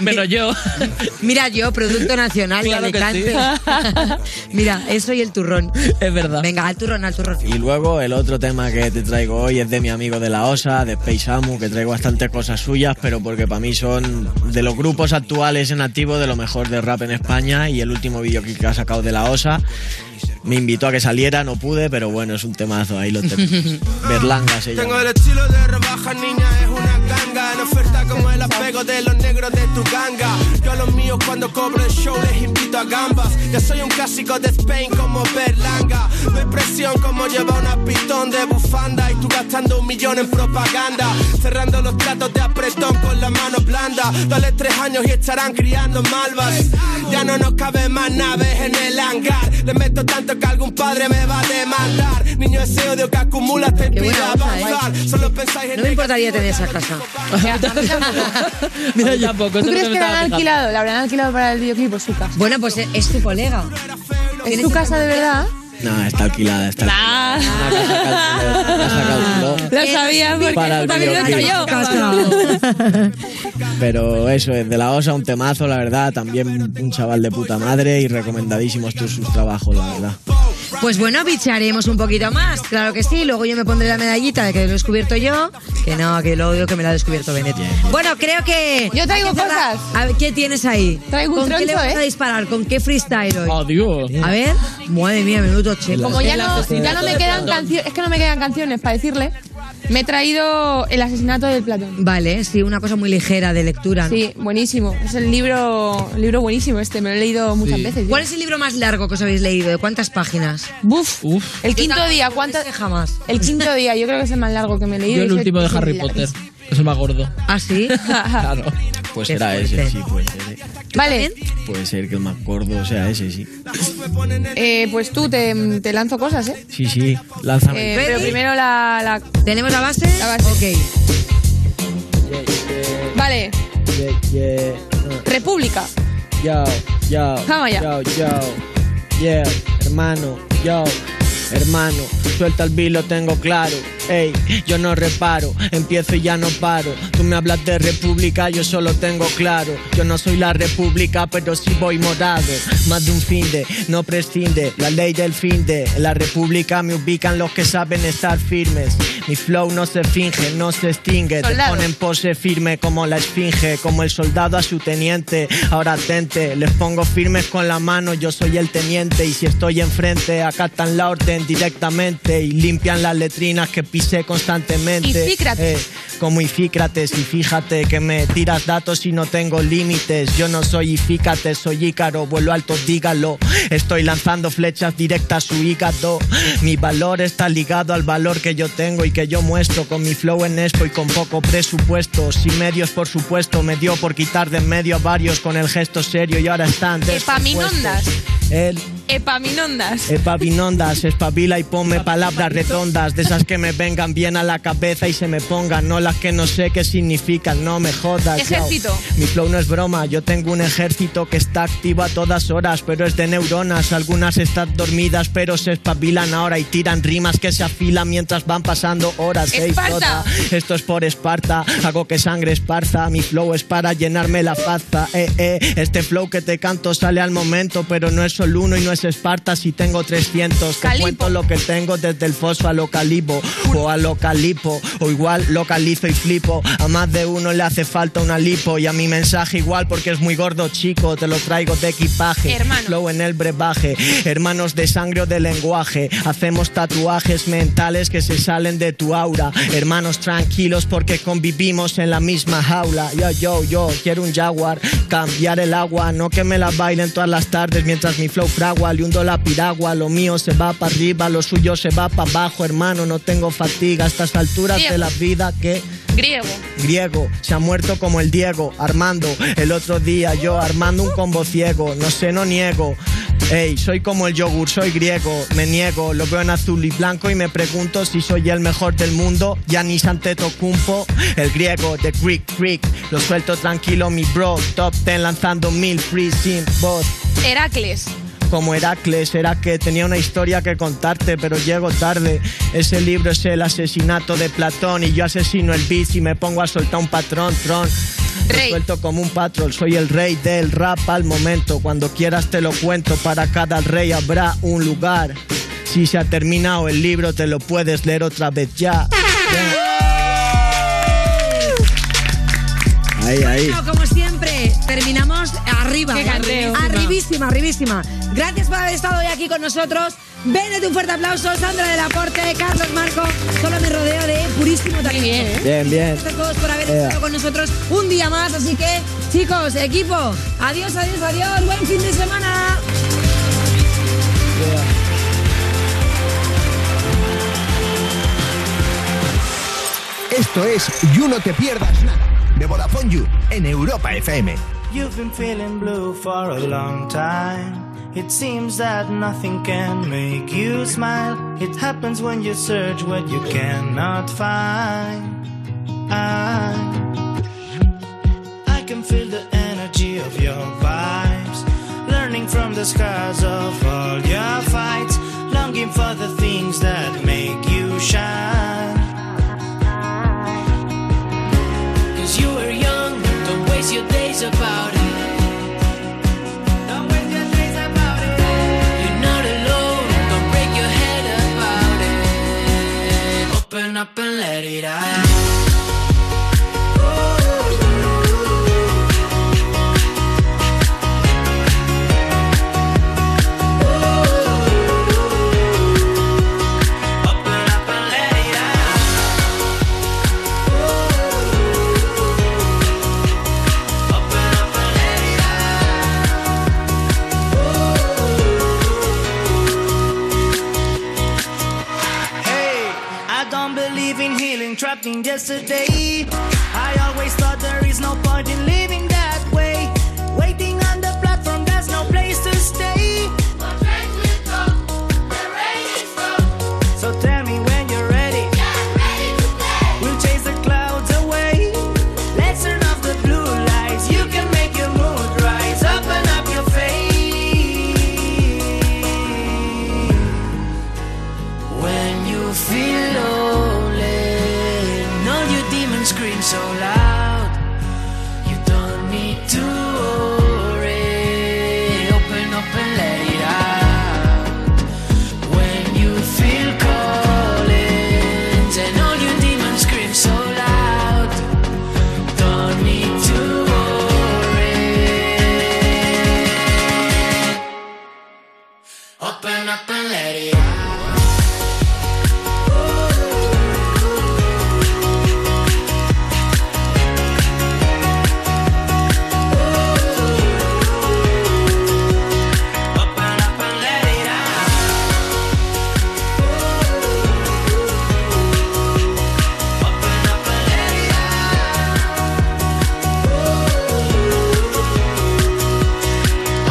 S3: Menos yo.
S2: Mira, yo, Producto Nacional de
S3: Claro que
S2: Alicante. Mira, eso y el turrón.
S21: Es verdad.
S2: Venga, al turrón, al turrón.
S21: Y luego el otro tema que te traigo hoy es de mi amigo de la OSA, de Space Amu, que traigo bastantes cosas suyas, pero porque para mí son de los grupos actuales en activo de lo mejor de rap en España y el último videoclip que ha sacado de la OSA. Me invitó a que saliera, no pude, pero bueno, es un temazo, ahí lo tengo. Berlanga se llama.
S5: Tengo el estilo de rebaja, niña, es una ganga. En oferta como el apego de los negros de tu ganga. Yo a los míos cuando cobro el show les invito a gambas. Ya soy un clásico de Spain como Berlanga. No hay presión como lleva una pistón de bufanda. Y tú gastando un millón en propaganda. Cerrando los tratos de apretón con la mano blanda. Dale tres años y estarán criando malvas. Ya no nos cabe más naves en el hangar. Le meto tanto que algún padre me va a demandar. Niño, ese odio que acumulas te impide avanzar. Solo pensáis en
S2: ¿eh? No me importaría tener esa casa.
S3: Mira, yo tampoco.
S4: ¿Tú crees que la han alquilado? ¿La habrán alquilado para el videoclip o su casa?
S2: Bueno, pues es tu colega.
S4: ¿Es tu casa de verdad?
S21: No, está alquilada, está
S4: Ah.
S21: alquilada.
S4: Lo sabía porque
S21: Para el
S4: tú también lo he
S21: videoclip.
S4: hecho yo.
S21: Pero eso, es de la OSA, un temazo, la verdad. También un chaval de puta madre y recomendadísimos tus sus trabajos, la verdad.
S2: Pues bueno, bicharemos un poquito más, claro que sí. Luego yo me pondré la medallita de que lo he descubierto yo. Que no, que lo odio que me la ha descubierto Benet. Bueno, creo que. Yo traigo cosas. A ver, ¿qué tienes ahí?
S4: Traigo un
S2: ¿Con qué le
S4: troncho,
S2: vas a
S4: ¿eh?
S2: disparar? ¿Con qué freestyle hoy?
S21: Oh,
S3: Adiós.
S2: A ver, madre mía, minuto che.
S4: Como ya no, ya no me quedan canciones, es que no me quedan canciones para decirle. Me he traído El asesinato del Platón.
S2: Vale, sí, una cosa muy ligera de lectura. ¿no?
S4: Sí, buenísimo. Es el libro, libro buenísimo este, me lo he leído muchas
S2: Sí.
S4: veces.
S2: ¿Cuál es el libro más largo que os habéis leído? ¿De cuántas páginas? Este
S4: Buf.
S3: Uf.
S4: El quinto día, ¿cuántas?
S2: Jamás.
S4: El quinto día, yo creo que es el más largo que me he leído.
S3: Yo el
S4: Es
S3: último de
S4: es
S3: Harry
S4: el-
S3: Potter. Es el más gordo.
S2: ¿Ah, sí?
S3: Claro.
S21: Pues será ese, sí, puede ser. eh.
S4: Vale,
S21: Puede ser que el más gordo sea ese, sí.
S4: eh, pues tú te, te lanzo cosas, ¿eh?
S21: Sí, sí, lánzame.
S4: Eh, pero primero la, la-
S2: ¿Tenemos la base?
S4: La base. Vale,
S21: Yeah,
S4: República.
S21: yeah. Yo, yo,
S4: Vamos allá.
S21: yo, yo. Yeah, hermano, yo. Hermano, suelta el beat, lo tengo claro. Ey, yo no reparo, empiezo y ya no paro. Tú me hablas de república, yo solo tengo claro. Yo no soy la república, pero sí voy morado. Más de un fin de, no prescinde. La ley del fin de, en la república me ubican los que saben estar firmes. Mi flow no se finge, no se extingue.
S4: Soldado.
S21: Te ponen pose firme como la esfinge, como el soldado a su teniente. Ahora atente, les pongo firmes con la mano, yo soy el teniente. Y si estoy enfrente, acatan la orden directamente y limpian las letrinas que pisé constantemente.
S4: Y Fícrates.
S21: Eh, como Ifícrates, y fíjate que me tiras datos y no tengo límites. Yo no soy Ifícrates, soy Ícaro, vuelo alto, dígalo. Estoy lanzando flechas directas a su hígado. Mi valor está ligado al valor que yo tengo y que yo muestro con mi flow en expo y con poco presupuesto. Sin medios, por supuesto, me dio por quitar de en medio a varios con el gesto serio y ahora están.
S4: Epaminondas.
S21: descompuestos.
S24: El
S4: Epaminondas.
S24: Epavinondas, espabila y ponme palabras redondas, de esas que me vengan bien a la cabeza y se me pongan, no las que no sé qué significan, no me jodas. yao.
S4: Ejército.
S24: Mi flow no es broma, yo tengo un ejército que está activo a todas horas, pero es de neuronas, algunas están dormidas, pero se espabilan ahora y tiran rimas que se afilan mientras van pasando horas. Ey,
S4: ¡Esparta!
S24: joda, esto es por Esparta, hago que sangre esparza, mi flow es para llenarme la faza. Eh, eh, este flow que te canto sale al momento, pero no es solo uno y no es Esparta si tengo 300. Te cuento lo que tengo desde el fosfo a lo calipo o a lo calipo, o igual localizo y flipo. A más de uno le hace falta una lipo y a mi mensaje igual porque es muy gordo, chico, te lo traigo de equipaje. Flow en el brebaje, hermanos de sangre o de lenguaje, hacemos tatuajes mentales que se salen de tu aura. Hermanos tranquilos porque convivimos en la misma jaula. Yo, yo, yo, quiero un jaguar, cambiar el agua, no que me la bailen todas las tardes mientras mi flow fragua, le hundo la piragua, lo mío se va para arriba, lo suyo se va para abajo, hermano, no tengo fatiga a estas alturas de la vida que
S4: Griego.
S24: griego, se ha muerto como el Diego, Armando, el otro día yo armando un combo ciego, no sé, no niego. Ey, soy como el yogur, soy griego, me niego, lo veo en azul y blanco y me pregunto si soy el mejor del mundo, Yanis Antetokounmpo, el griego, de Greek Freak, lo suelto tranquilo mi bro, top ten lanzando mil free sin voz.
S4: Heracles.
S24: Como Heracles, era que tenía una historia que contarte, pero llego tarde. Ese libro es el asesinato de Platón y yo asesino el beat y me pongo a soltar un patrón, tron. Lo Suelto como un patrón, soy el rey del rap al momento. Cuando quieras te lo cuento, para cada rey habrá un lugar. Si se ha terminado el libro, te lo puedes leer otra vez ya. Ahí, ahí.
S2: Bueno, como siempre, terminamos arriba.
S4: Qué
S2: ¿eh?
S4: canteo.
S2: Arribísima, arribísima. Gracias por haber estado hoy aquí con nosotros. Vénete un fuerte aplauso, Sandra del Aporte, Carlos Marco. Solo me rodeo de purísimo talento. Bien,
S24: Bien, bien.
S2: Gracias a todos por haber
S24: Ea.
S2: estado con nosotros un día más. Así que, chicos, equipo, adiós, adiós, adiós. Buen fin de semana.
S13: Esto es You No Te Pierdas Nada de Vodafone You en Europa FM.
S25: You've been feeling blue for a long time. It seems that nothing can make you smile. It happens when you search what you cannot find. I, I can feel the energy of your vibes. Learning from the scars of all your fights. Longing for the things that make you shine.
S19: Cause you were young, don't waste your days about it. Don't waste your days about it. You're not alone, don't break your head about it. Open up and let it out.
S25: Hey, I don't believe in healing, trapped in yesterday. I always thought there is no point in living that way. Waiting on the platform, there's no place to stay. So tell me when you're ready. We'll chase the clouds away. Let's turn off the blue lights. You can make your mood rise. Open up your face. When you feel lonely, know your demons scream so loud. You don't need to worry. Open up and let it out. When you feel callings and all your demons scream so loud, don't need to worry. Open up and let it out.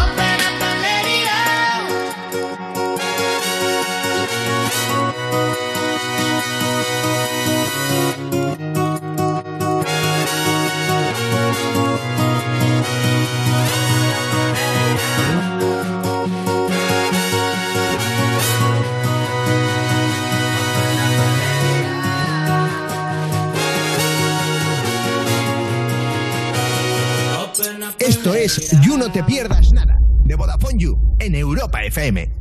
S25: Open up and let it out.
S13: Esto es You No Te Pierdas Nada de Vodafone You en Europa FM.